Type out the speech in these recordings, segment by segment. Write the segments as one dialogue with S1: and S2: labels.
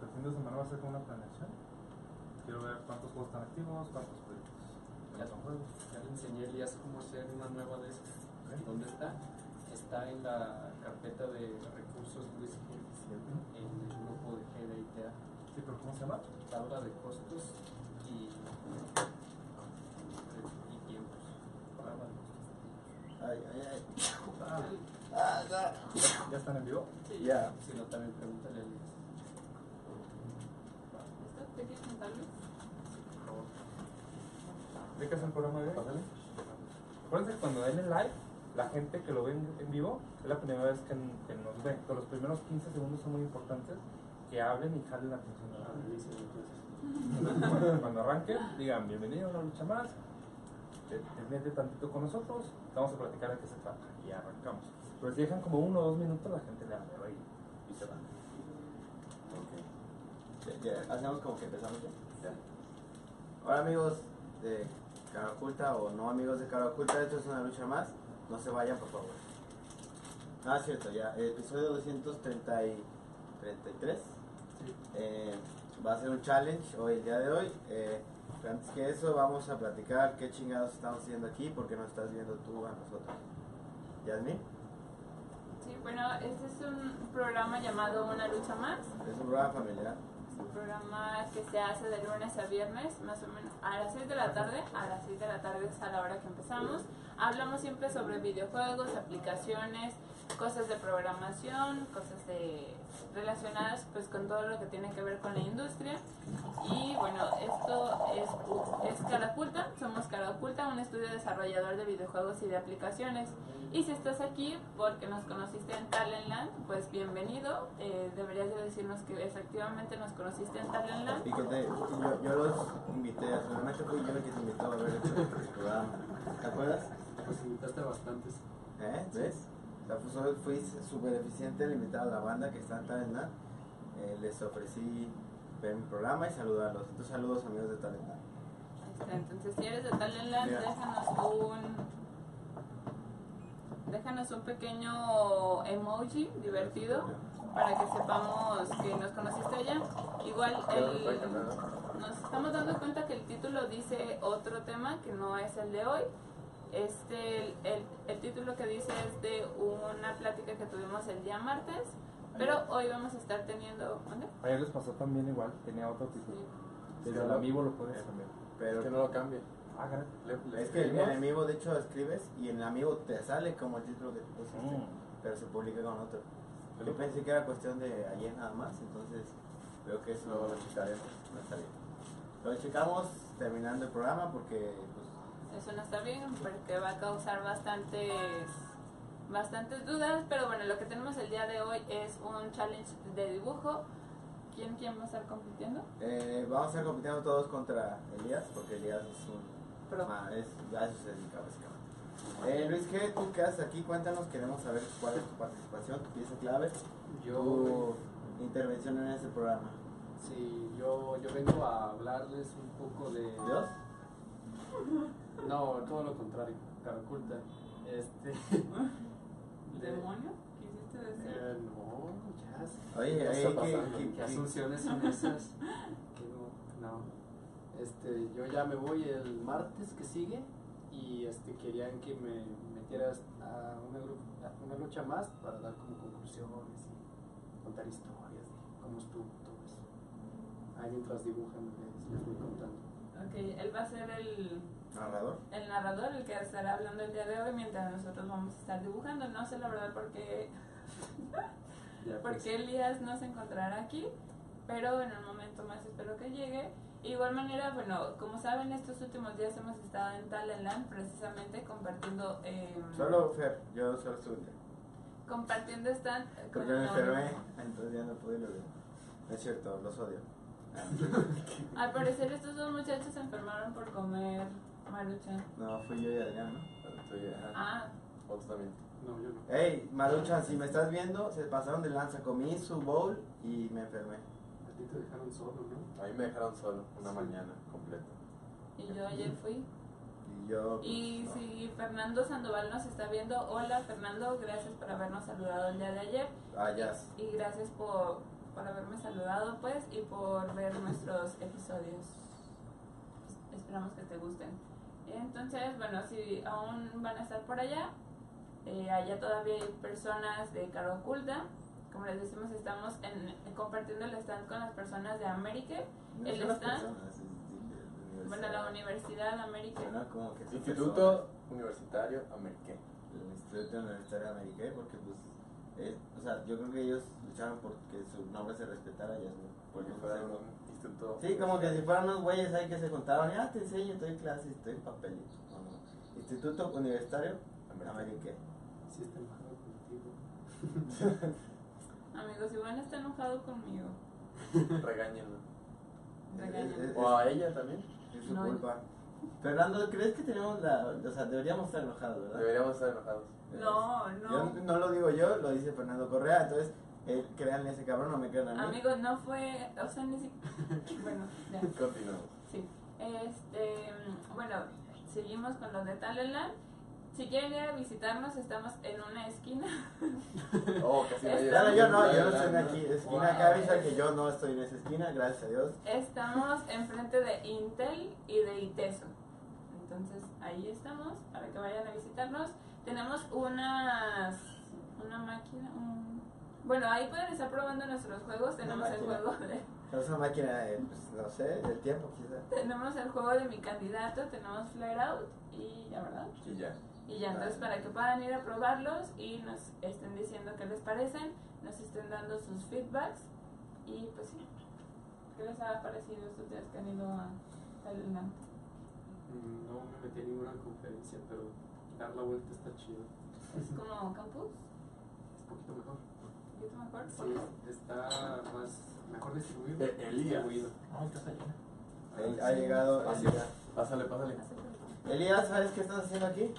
S1: a hacer con una planeación. Quiero ver cuántos juegos están activos, cuántos proyectos.
S2: Ya son juegos. Ya le enseñé a Elías cómo hacer una nueva de estas. ¿Dónde está? Está en la carpeta de recursos Luis Gentes, en el grupo de GDITA,
S1: Sí, pero ¿cómo se llama?
S2: tabla de costos y, y tiempos. Tabla de costos.
S3: Ay, ay, ay.
S1: Ah,
S3: Ah, no.
S1: ¿Ya están en vivo?
S2: Sí,
S3: Ya.
S2: Si no, también pregúntale a Elías.
S4: ¿Está? ¿Te quieres contarlo?
S1: ¿De qué es el programa de hoy? Acuérdense que cuando den el live, la gente que lo ve en en vivo es la primera vez que, n- que nos ve. Pero los primeros 15 segundos son muy importantes que hablen y jalen la atención. de la gente. Cuando- Cuando arranquen, digan bienvenido a una lucha más, te- te mete tantito con nosotros, te vamos a platicar de qué se trata y arrancamos. Pero si dejan como uno o dos minutos, la gente le habla y, y se va.
S3: Ok. Ya, ya, Hacemos como que empezamos ya. Ya. Hola amigos de Cara Oculta o no amigos de Cara Oculta, esto es una lucha más. No se vayan, por favor. Ah, es cierto, ya. El episodio 233
S2: Sí.
S3: eh, va a ser un challenge hoy, el día de hoy. Eh, pero antes que eso, vamos a platicar qué chingados estamos haciendo aquí porque nos estás viendo tú a nosotros. Yasmin,
S4: Sí, bueno, este es un programa llamado Una Lucha Más.
S3: es un programa familiar.
S4: Es un programa que se hace de lunes a viernes, más o menos a las 6 de la tarde. A las 6 de la tarde es a la hora que empezamos. Hablamos siempre sobre videojuegos, aplicaciones, cosas de programación, cosas de relacionadas pues con todo lo que tiene que ver con la industria. Y bueno, esto es, es Cara Oculta, somos Cara Oculta, un estudio desarrollador de videojuegos y de aplicaciones. Y si estás aquí porque nos conociste en Talentland, pues bienvenido. Eh, deberías de decirnos que efectivamente nos conociste en Talentland.
S3: Y que te, yo, yo los invité, solamente fui yo el que te invitó a ver el programa. ¿Te acuerdas?
S2: Pues invitaste a bastantes.
S3: ¿Eh? ¿Ves? O sea, pues, solo fui súper eficiente al invitar a la banda que está en Talentland. Eh, les ofrecí ver mi programa y saludarlos. Entonces, saludos amigos de Talentland.
S4: Este, Entonces, si eres de Talentland,
S3: Mira.
S4: déjanos un. Déjanos un pequeño emoji divertido para que sepamos que nos conociste allá. Igual el. Nos estamos dando cuenta que el título dice otro tema que no es el de hoy. Este, el, el- el título que dice es de una plática que tuvimos el día martes, pero hoy vamos a estar teniendo... ¿Dónde?
S1: Ayer les pasó también igual, tenía otro tipo. Pero
S3: Sí.
S1: el amigo lo puedes cambiar.
S3: Pero
S5: Que no lo cambie.
S1: Ah, caray.
S5: Le- le-
S3: es que en
S1: ¿Escribimos?
S3: el amigo, de hecho, escribes y en el amigo te sale como el título que te pusiste,
S1: Mm.
S3: pero se publica con otro. Yo pensé que era cuestión de ayer nada más, entonces creo que eso
S5: Luego
S3: lo
S5: lo
S3: checaremos. No está bien. Lo checamos terminando el programa porque pues,
S4: Eso no está bien porque va a causar bastantes, bastantes dudas, pero bueno, lo que tenemos el día de hoy es un challenge de dibujo. ¿Quién, quién va a estar compitiendo?
S3: eh, vamos a estar compitiendo todos contra Elías, porque Elías es un.
S4: Pero-
S3: ah, es, a eso se dedica básicamente. Eh, Luis, ¿qué tú qué haces aquí? Cuéntanos, queremos saber cuál es tu participación, tu pieza clave,
S2: Yo,
S3: tu intervención en ese programa.
S2: sí, yo, yo vengo a hablarles un poco de...
S3: ¿Dios?
S2: No, todo lo contrario, cara oculta. Este. de-
S4: ¿Demonio? ¿Quisiste decir?
S2: eh, no, ya sé.
S3: Oye, oye,
S5: Ya está
S3: ¿qué,
S5: pasando.
S3: qué-
S2: ¿Qué
S3: qué-
S2: asunciones son esas? Que no, no. Este, yo ya me voy el martes que sigue y este, querían que me metieras a una, gru- a una lucha más para dar como conclusiones y contar historias de cómo estuvo todo eso. Ahí mientras dibujan les, les voy contando.
S4: Ok, él va a ser el...
S3: narrador?
S4: el narrador, el que estará hablando el día de hoy, mientras nosotros vamos a estar dibujando. No sé la verdad por qué,
S2: Ya,
S4: por
S2: pues.
S4: qué Elías no se encontrará aquí, pero en un momento más espero que llegue. De igual manera, bueno, como saben, estos últimos días hemos estado en Talentland precisamente compartiendo... eh,
S3: Solo Fer, yo solo estuve.
S4: Compartiendo stand...
S3: Porque
S4: con-
S3: me enfermé, entonces ya no pude lograr. No es cierto, los odio. Ah,
S4: Al parecer estos dos muchachos se enfermaron por comer maruchan.
S3: No, fui yo y Adrián, ¿no?
S5: Tú y- ajá.
S4: Ah,
S5: Otro también.
S2: No, yo no.
S3: Ey, Maruchan, si me estás viendo, se pasaron de lanza. Comí su bowl y me enfermé.
S2: A ti te dejaron solo, ¿no?
S5: A mí me dejaron solo una
S2: Sí.
S5: mañana completa.
S4: y yo ayer fui.
S3: Y yo. pues,
S4: Y
S3: no.
S4: si Fernando Sandoval nos está viendo, hola Fernando, gracias por habernos saludado el día de ayer
S3: Ah, ya.
S4: y gracias por, por haberme saludado, pues, y por ver nuestros episodios. Es- Esperamos que te gusten. Entonces, bueno, si aún van a estar por allá, eh, allá todavía hay personas de cara oculta. Como les decimos, estamos en- compartiendo el stand con las personas de América.
S3: No
S4: ¿El
S3: son las
S4: stand?
S3: personas, es- es- es-
S4: Bueno, la Universidad América.
S3: Suena como que son
S5: Instituto Universitario Americano.
S3: el Instituto Universitario Americano porque pues eh, o sea yo creo que ellos lucharon porque su nombre se respetara y así
S5: Porque fuera un instituto.
S3: sí como que si fueran unos güeyes ahí que se contaron ah te enseño estoy en clase estoy en papel No, no. Instituto Universitario Americano
S2: Sí, está enojado contigo.
S4: Amigos, Iván está enojado conmigo.
S5: Regáñenlo.
S4: Regáñame.
S3: Es-
S5: O a ella también.
S3: es su
S4: No,
S3: culpa Fernando crees que tenemos la o sea deberíamos estar enojados verdad
S5: Deberíamos estar enojados.
S4: No,
S3: Yo
S4: no.
S3: no lo digo yo lo dice Fernando Correa entonces eh, créanle a ese cabrón no me crean a mí
S4: Amigos, no fue. O sea, ni siquiera. Bueno, ya.
S5: Continuamos.
S4: Sí. Este, bueno, seguimos con los de Taleland. Si quieren ir a visitarnos, estamos en una esquina.
S5: Oh, casi me
S4: Esta-
S3: Claro, yo no, yo no estoy en aquí,
S4: Wow.
S3: esquina acá, avisa que yo no estoy en esa esquina, gracias a Dios.
S4: Estamos enfrente de Intel y de ITESO. Entonces, ahí estamos para que vayan a visitarnos. Tenemos unas, una máquina. un- Bueno, ahí pueden estar probando nuestros juegos.
S3: Una
S4: Tenemos el
S3: máquina.
S4: juego de.
S3: Es una máquina, de, pues, no sé, del tiempo quizá.
S4: Tenemos el juego de mi candidato, tenemos Flare Out y ya, ¿verdad?
S5: Y ya.
S4: Y ya, entonces para que puedan ir a probarlos y nos estén diciendo qué les parecen, nos estén dando sus feedbacks y pues sí, ¿qué les ha parecido estos días que han ido a Talena?
S2: Mm, No me metí a ninguna conferencia, pero dar la vuelta está chido.
S4: Es como campus,
S2: Es un poquito mejor.
S4: un poquito mejor, porque
S2: Sí, está más, mejor distribuido.
S5: Eh, Elías.
S2: Distribuido.
S3: Ah,
S1: Ay, está llena.
S3: Eh, Ha llegado
S5: Así
S3: Elías.
S5: Pásale, pásale.
S4: hace frío.
S3: Elías, ¿sabes qué estás haciendo aquí?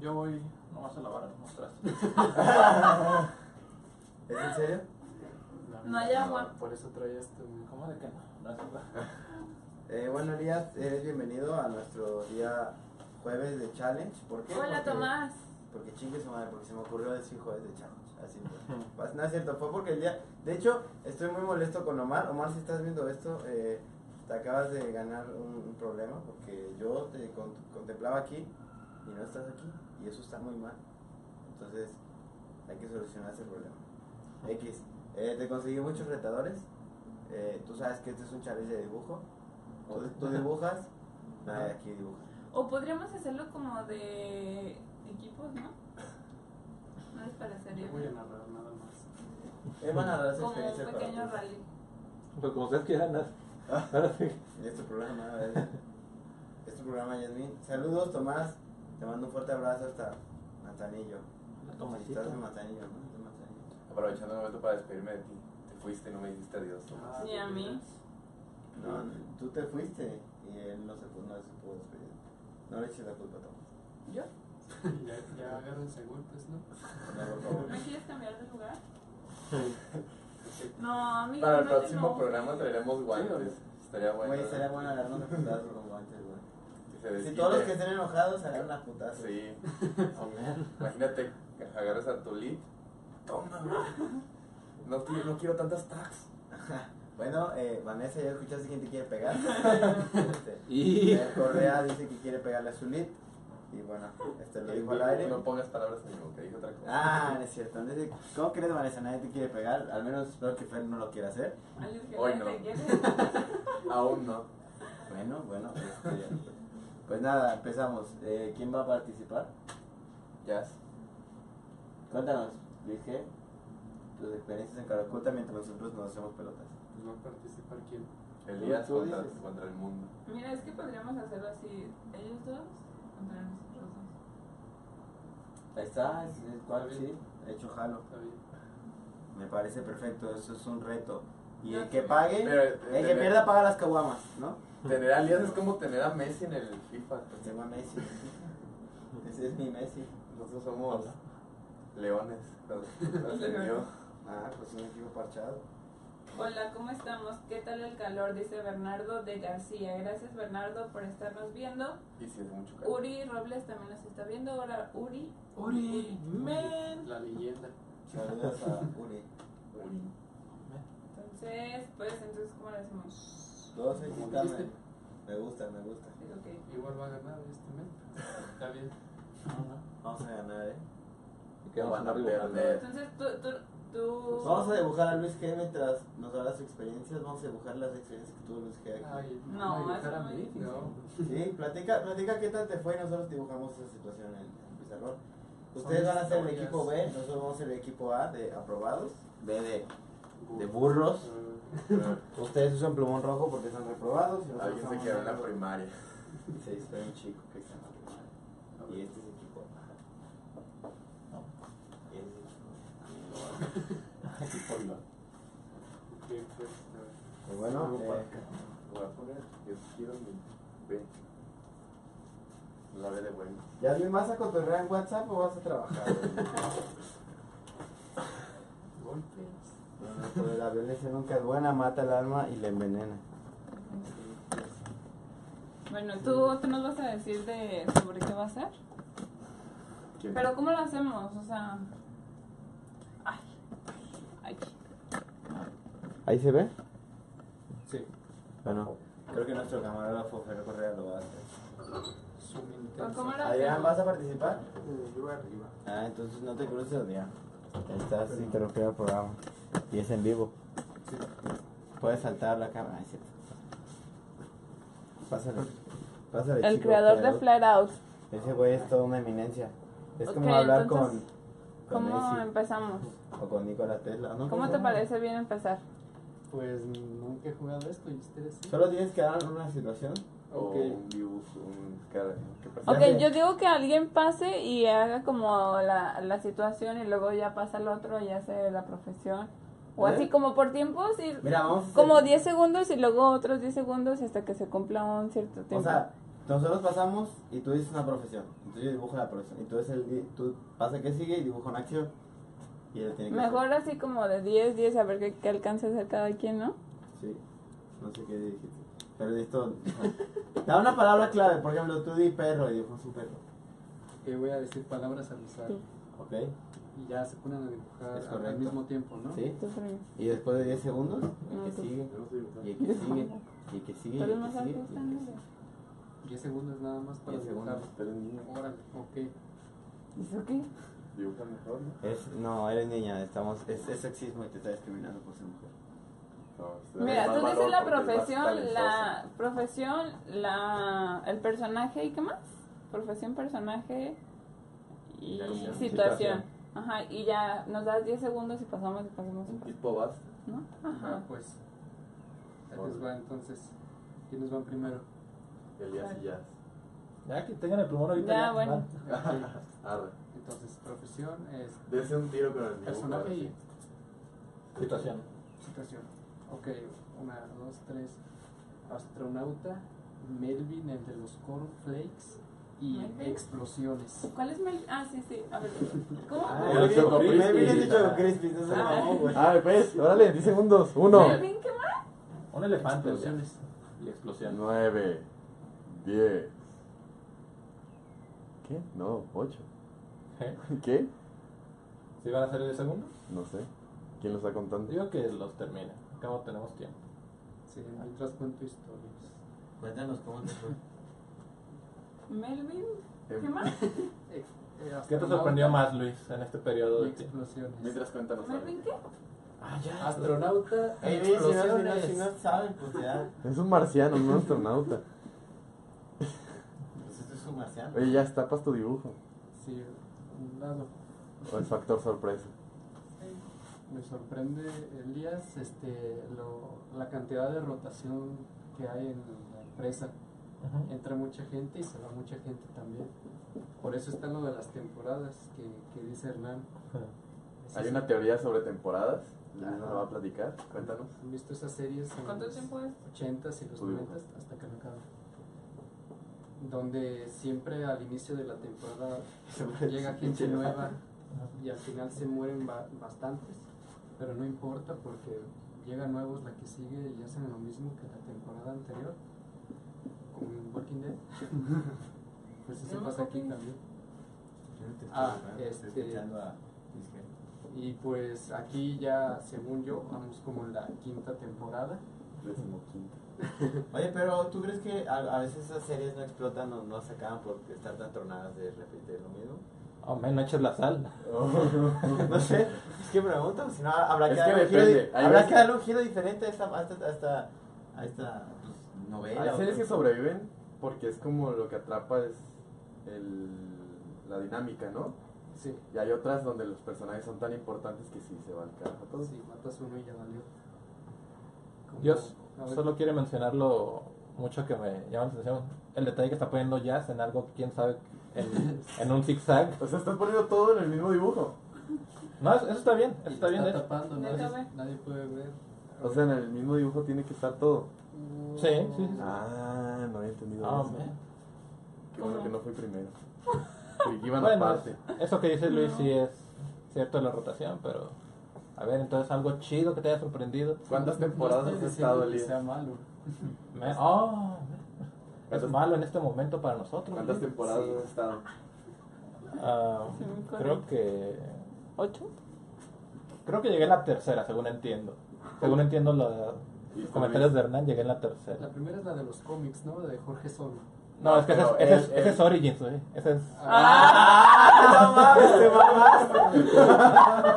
S6: Yo voy nomás a lavar algunos trastes.
S3: ¿Es en serio?
S4: No hay
S3: Ah,
S4: agua.
S2: Por eso este, traía esto. güey.
S6: ¿Cómo de que no? No es verdad.
S3: Eh, bueno, Elías, eres bienvenido a nuestro día jueves de challenge. ¿Por qué?
S4: Hola
S3: Porque-
S4: Tomás,
S3: Porque chingue su madre, porque se me ocurrió decir jueves de challenge. Así fue. Pues, no es cierto, fue porque el día. De hecho, estoy muy molesto con Omar. Omar, si estás viendo esto, eh, te acabas de ganar un, un problema porque yo te con- contemplaba aquí y no estás aquí. Y eso está muy mal. Entonces, hay que solucionar ese problema. X, eh, te conseguí muchos retadores. Eh, Tú sabes que este es un challenge de dibujo. Tú, tú dibujas, nadie aquí dibuja.
S4: o podríamos hacerlo como de equipos, ¿no? No les parecería
S2: No voy a narrar nada más.
S3: Es Eh, van a dar su
S4: como un
S3: experiencia para
S4: pequeño
S3: ti.
S4: rally.
S6: Pues como ustedes quieran, ¿no? ahora sí.
S3: Y es tu programa, ¿verdad? es tu programa, Yasmin. Saludos, Tomás. Te mando un fuerte abrazo hasta Manzanillo. Si
S6: Tomatito.
S3: estás en Manzanillo, ¿no? Estás en Manzanillo.
S5: Aprovechando el momento para despedirme de ti. Te fuiste y no me dijiste adiós.
S2: Ah,
S5: Tomás.
S4: Ni a mí.
S3: No, no, tú te fuiste y él no se, pu- no se pudo despedir. No le eches la culpa a Tomás.
S4: ¿Yo?
S2: ya, ya agárrense a golpes, ¿no? Pues
S3: No, por favor.
S4: ¿Me quieres cambiar de lugar? No, amigo.
S5: Para el
S4: no te
S5: próximo
S4: enojes.
S5: programa traeremos guantes. Estaría bueno.
S3: Güey, sería
S5: ¿no?
S3: bueno agarrar unos putazos con guantes, güey.
S5: Que se
S3: Si
S5: desquite.
S3: todos los que Oh, estén enojados agarran las putazos.
S5: eh. Sí.
S6: Amén.
S5: Imagínate que agarras a tu lead. Toma, güey. no, quiero- no quiero tantas tags.
S3: Bueno, eh, Vanessa, ya escuchaste quién te quiere pegar. Este,
S6: Y...
S3: eh, Correa dice que quiere pegarle a Zulit. Y bueno, este lo dijo al aire.
S5: No pongas palabras en mi boca, dije otra cosa.
S3: Ah, no es cierto. Entonces, ¿Cómo crees, Vanessa? Nadie te quiere pegar. Al menos espero que Fer no lo quiera hacer.
S4: Ay, yo dije,
S5: Hoy
S4: ¿te
S5: no.
S4: quieres?
S5: Aún no.
S3: Bueno, bueno. este, pues nada, empezamos. Eh, ¿Quién va a participar?
S5: Jazz.
S3: Cuéntanos, Luis G, tus experiencias en Caracolta mientras nosotros nos hacemos pelotas.
S2: Pues va a participar quién.
S5: Elías
S3: Tú
S5: contra,
S3: dices.
S5: contra el mundo.
S4: Mira, es que podríamos hacerlo así. Ellos dos contra nosotros dos.
S3: Ahí está, es, es cual, sí, hecho jalo.
S2: Está bien.
S3: Me parece perfecto, eso es un reto. Y el
S4: Ya
S3: que
S4: sé.
S3: pague,
S5: Pero, eh,
S3: el que
S5: tener-
S3: pierda paga las caguamas, ¿no?
S5: Tener a Elías es como tener a Messi en el FIFA.
S3: Pues tengo a Messi. Ese es mi Messi.
S5: Nosotros somos leones. Nos nos ascendió.
S3: Ah, pues un equipo parchado.
S4: Hola, ¿cómo estamos? ¿Qué tal el calor? Dice Bernardo de García. Gracias, Bernardo, por estarnos viendo.
S5: Y si es mucho calor.
S4: Uri Robles también nos está viendo. Ahora, Uri.
S6: Uri, men.
S2: La leyenda.
S3: Saludos a Uri.
S5: Uri.
S4: Entonces, pues, entonces, ¿cómo le hacemos?
S3: Dos, ahí
S2: Como
S3: está, me,
S2: dijiste.
S3: me gusta, me gusta.
S4: Sí,
S5: Eh.
S4: ok.
S2: Igual va a ganar este mes. pero Está bien.
S3: Vamos a ganar, ¿eh?
S5: Y que van a perder.
S4: Entonces, tú, tú, tú...
S3: Pues Vamos a dibujar a Luis G mientras nos da las experiencias. Vamos a dibujar las experiencias que tuvo Luis G. aquí.
S2: Ay,
S4: No,
S2: me
S4: eso
S2: dibujar a
S4: no es
S2: mí,
S4: difícil.
S2: no.
S3: Sí, platica, platica qué tal te fue. Nosotros dibujamos esa situación en el pizarrón. Ustedes van a ser el equipo B, nosotros vamos a ser el equipo A de aprobados, B de, de burros. Ustedes usan plumón rojo porque son reprobados. y nosotros
S5: Alguien se
S3: usamos
S5: quedó en la
S3: negro.
S5: primaria.
S3: Sí, está un chico que está en la primaria. Y este es equipo A. Y este es equipo
S2: Qué fuerte.
S3: A. Pues bueno, eh,
S5: Voy a poner, yo quiero mi B. La B de bueno.
S3: ¿ya alguien más a cotorrear en WhatsApp o vas a trabajar? güey?
S2: Golpes.
S3: Bueno, pues la violencia nunca es buena, mata el alma y la envenena.
S4: Bueno, ¿tú, tú nos vas a decir de sobre qué va a ser.
S5: ¿Quién?
S4: Pero ¿cómo lo hacemos? O sea... Ay, ay.
S3: ¿Ahí se ve?
S1: Sí.
S3: Bueno, creo que nuestro camarógrafo Fer Correa lo va a hacer.
S2: Zoom
S4: ¿Pero
S2: intenso.
S4: Pues, ¿Cómo lo
S3: Adrián,
S4: hacemos?
S3: ¿vas a participar?
S2: Eh, Yo arriba.
S3: Ah, entonces no te cruces, Adrián. Estás interrumpiendo el programa. Y es en vivo. Puedes saltar la cámara, es cierto. Pásale. Pásale,
S4: El
S3: chico,
S4: creador de
S3: creador.
S4: Flare Out.
S3: Ese güey es toda una eminencia. Es
S4: Ok,
S3: como hablar
S4: entonces,
S3: con, con
S4: ¿Cómo
S3: Messi
S4: empezamos?
S3: o con Nikola Tesla. ¿no?
S4: ¿Cómo te parece bien empezar?
S2: Pues nunca he jugado esto y ustedes sí.
S3: Solo tienes que dar una situación.
S5: O
S2: Ok.
S5: un dibujo, un cara. ¿Qué pasa?
S4: Ok,
S3: Dale.
S4: yo digo que alguien pase y haga como la, la situación y luego ya pasa el otro y hace la profesión. O
S3: A ver.
S4: así como por tiempos y
S3: Mira, vamos a hacer-
S4: como 10 segundos y luego otros 10 segundos hasta que se cumpla un cierto
S3: O
S4: tiempo.
S3: sea, nosotros pasamos y tú dices una profesión. Entonces yo dibujo la profesión. Entonces el, di- tú pasa que sigue y dibujo una acción. Y él tiene que
S4: Mejor así como de 10, 10, a ver qué, qué alcance a hacer cada quien, ¿no?
S3: hacer- Sí. No sé qué dijiste. Pero de esto. ajá. Da una palabra clave. Por ejemplo, tú di perro y dibujas un perro.
S2: Que voy a decir palabras al usar.
S4: Sí.
S3: ¿Ok?
S2: Y ya se ponen a dibujar
S3: Es
S2: al
S3: correcto.
S2: mismo tiempo, ¿no?
S3: ¿Sí?
S4: Tú primero.
S3: Y después de 10 segundos, el
S4: No,
S3: que
S4: tú.
S3: sigue.
S5: Yo no soy
S3: Y
S5: dibujante.
S3: el que sigue. Y el que sigue. Y
S4: Pero
S3: el
S4: no
S3: que sigue.
S4: sabes
S3: Y
S4: dónde
S3: el que sigue.
S4: están.
S2: 10 segundos nada más para
S3: 10
S2: dibujar.
S3: segundos.
S5: Pero niño,
S2: Órale, ok.
S4: ¿Eso qué?
S5: dibuja mejor, ¿no?
S3: Es, no, eres niña, estamos, es, es sexismo y te está discriminando por ser mujer.
S5: No, se le da
S4: Mira,
S5: más
S4: tú dices
S5: valor
S4: la
S5: porque es más
S4: profesión, la
S5: talentoso.
S4: profesión, la el personaje y qué más? Profesión, personaje y
S5: Situación.
S4: situación.
S3: Situación.
S4: Ajá, y ya nos das 10 segundos y pasamos y pasamos y
S5: Un
S4: pasamos,
S5: tipo vas.
S4: ¿no?
S2: Ah,
S4: Ajá.
S2: pues. Ahí les va entonces. ¿Quiénes van primero?
S5: Elías y Jazz.
S6: Ya que tengan el plumón ahorita.
S4: Ya, bueno.
S6: van.
S2: Ok,
S5: Arre.
S2: Entonces, profesión es
S5: Dese un tiro con el dibujo.
S2: personaje
S5: ahora
S2: y
S5: sí.
S6: Situación.
S2: situación. Ok, una, dos, tres. Astronauta, Melvin, el de los cornflakes y
S4: Melvin.
S2: explosiones.
S4: ¿Cuál es Mel? Ah, sí, sí. A ver. ¿Cómo?
S5: Ah,
S3: Me
S5: el Choco
S3: me
S5: Crispy.
S3: hubieras dicho Crispy, no se
S4: Ah.
S3: mamó, güey.
S6: Ah, pues, órale, 10 segundos. Uno.
S4: Melvin, ¿qué más?
S6: Un elefante. güey.
S2: Explosiones.
S6: Y explosión.
S5: 9, 10. ¿Qué? No, 8.
S6: ¿Eh?
S5: ¿Qué?
S6: ¿Sí van a ser 10 segundos?
S5: No sé. ¿Quién lo está contando?
S6: Digo que los termine. Acabo tenemos tiempo.
S2: Sí, mientras cuento historias.
S3: Cuéntanos cómo te fue.
S4: Melvin, ¿qué más?
S2: Ex- eh,
S6: ¿Qué te
S2: astronauta
S6: sorprendió más, Luis, en este periodo
S2: Y
S6: de tiempo?
S2: explosiones.
S5: Mientras cuéntanos
S4: ¿Melvin qué?
S6: Ah, ya.
S2: Astronauta,
S3: Ey, oye, si no- si no,
S2: explosiones.
S3: si no saben, pues ya.
S5: Es un marciano, no un astronauta.
S3: Pues esto es un marciano.
S5: Oye, ya está para tu dibujo.
S2: Sí, un lado.
S5: O es factor sorpresa.
S2: Me sorprende, Elías, este, lo- la cantidad de rotación que hay en la empresa.
S6: Ujú.
S2: Entra mucha gente y se va mucha gente también. Por eso está lo de las temporadas que, que dice Hernán. Esas-
S5: Hay una teoría sobre temporadas. Luis nos
S2: Ajá.
S5: la va a platicar. Cuéntanos.
S2: ¿Han visto esas series? en
S4: ¿Cuánto
S2: los
S4: tiempo es?
S2: 80s y los
S5: Uy,
S2: 90s hasta que me acabe. Donde siempre al inicio de la temporada llega gente nueva y al final se mueren ba- bastantes, pero no importa porque llegan nuevos la que sigue y hacen lo mismo que la temporada anterior como en Walking Dead. pues eso
S4: No,
S2: pasa aquí
S4: Walking-
S2: también.
S3: Yo no te estoy
S2: Ah,
S3: hablando, estoy
S2: este-
S3: escuchando a Disque.
S2: Y pues aquí ya, según yo, vamos como en la quinta temporada.
S3: Oye, pero ¿tú crees que a, a veces esas series no explotan o no se acaban por estar tan tornadas de repetir lo mismo?
S7: Hombre, Oh, no eches la sal.
S3: no sé, es que pregunto, si no habrá que,
S5: Oh. Es que
S3: darle, un giro, di-
S5: depende, hay
S3: habrá
S5: veces-
S3: que darle un giro diferente a esta, a esta, a esta, a esta, pues, novela.
S5: Hay
S3: o-
S5: series que sobreviven porque es como lo que atrapa es el- la dinámica, ¿no?
S2: Sí.
S5: Y hay otras donde los personajes son tan importantes que sí se va al carajo todo.
S2: Sí, matas uno y ya valió. Como-
S7: Dios
S2: a ver,
S7: solo quiere mencionar lo mucho que me llama la atención. El detalle que está poniendo Jazz en algo, quién sabe, en, en un zigzag.
S5: O sea, estás poniendo todo en el mismo dibujo.
S7: No, eso, eso está bien, eso
S2: y
S7: está bien, de hecho.
S5: Ah,
S2: tapando,
S4: Neta, güey.
S2: nadie, nadie puede ver.
S5: O sea, en el mismo dibujo tiene que estar todo.
S7: Sí, sí, sí.
S5: Ah, no había entendido
S7: Ah,
S5: eso.
S7: hombre.
S5: Qué bueno que no fui primero. Porque iban
S7: Bueno,
S5: aparte.
S7: eso que dice Luis sí es cierto de la rotación, pero... A ver, entonces algo chido que te haya sorprendido.
S5: ¿Cuántas
S2: No
S5: temporadas
S2: estoy
S5: has
S2: diciendo
S5: estado,
S2: que sea
S5: Elías?
S2: malo.
S7: Me- ¡Oh! Es
S5: ¿Cuántas-
S7: malo en este momento para nosotros.
S5: ¿Cuántas
S7: Luis.
S5: temporadas has estado?
S7: Ah,
S4: Sí, me acuerdo.
S7: creo que... ¿Ocho? Creo que llegué en la tercera, según entiendo. Según entiendo la-
S5: Y
S7: los
S5: tú,
S7: comentarios
S5: Luis.
S7: de Hernán, llegué en la tercera.
S2: La primera es la de los cómics, ¿no? De Jorge Solo.
S7: No, es que ese es,
S5: Pero
S7: ese es,
S5: él-
S7: ese
S5: él-
S7: es Origins, güey. Ese es...
S4: Ah.
S3: ¡No mames, te mamaste! sí,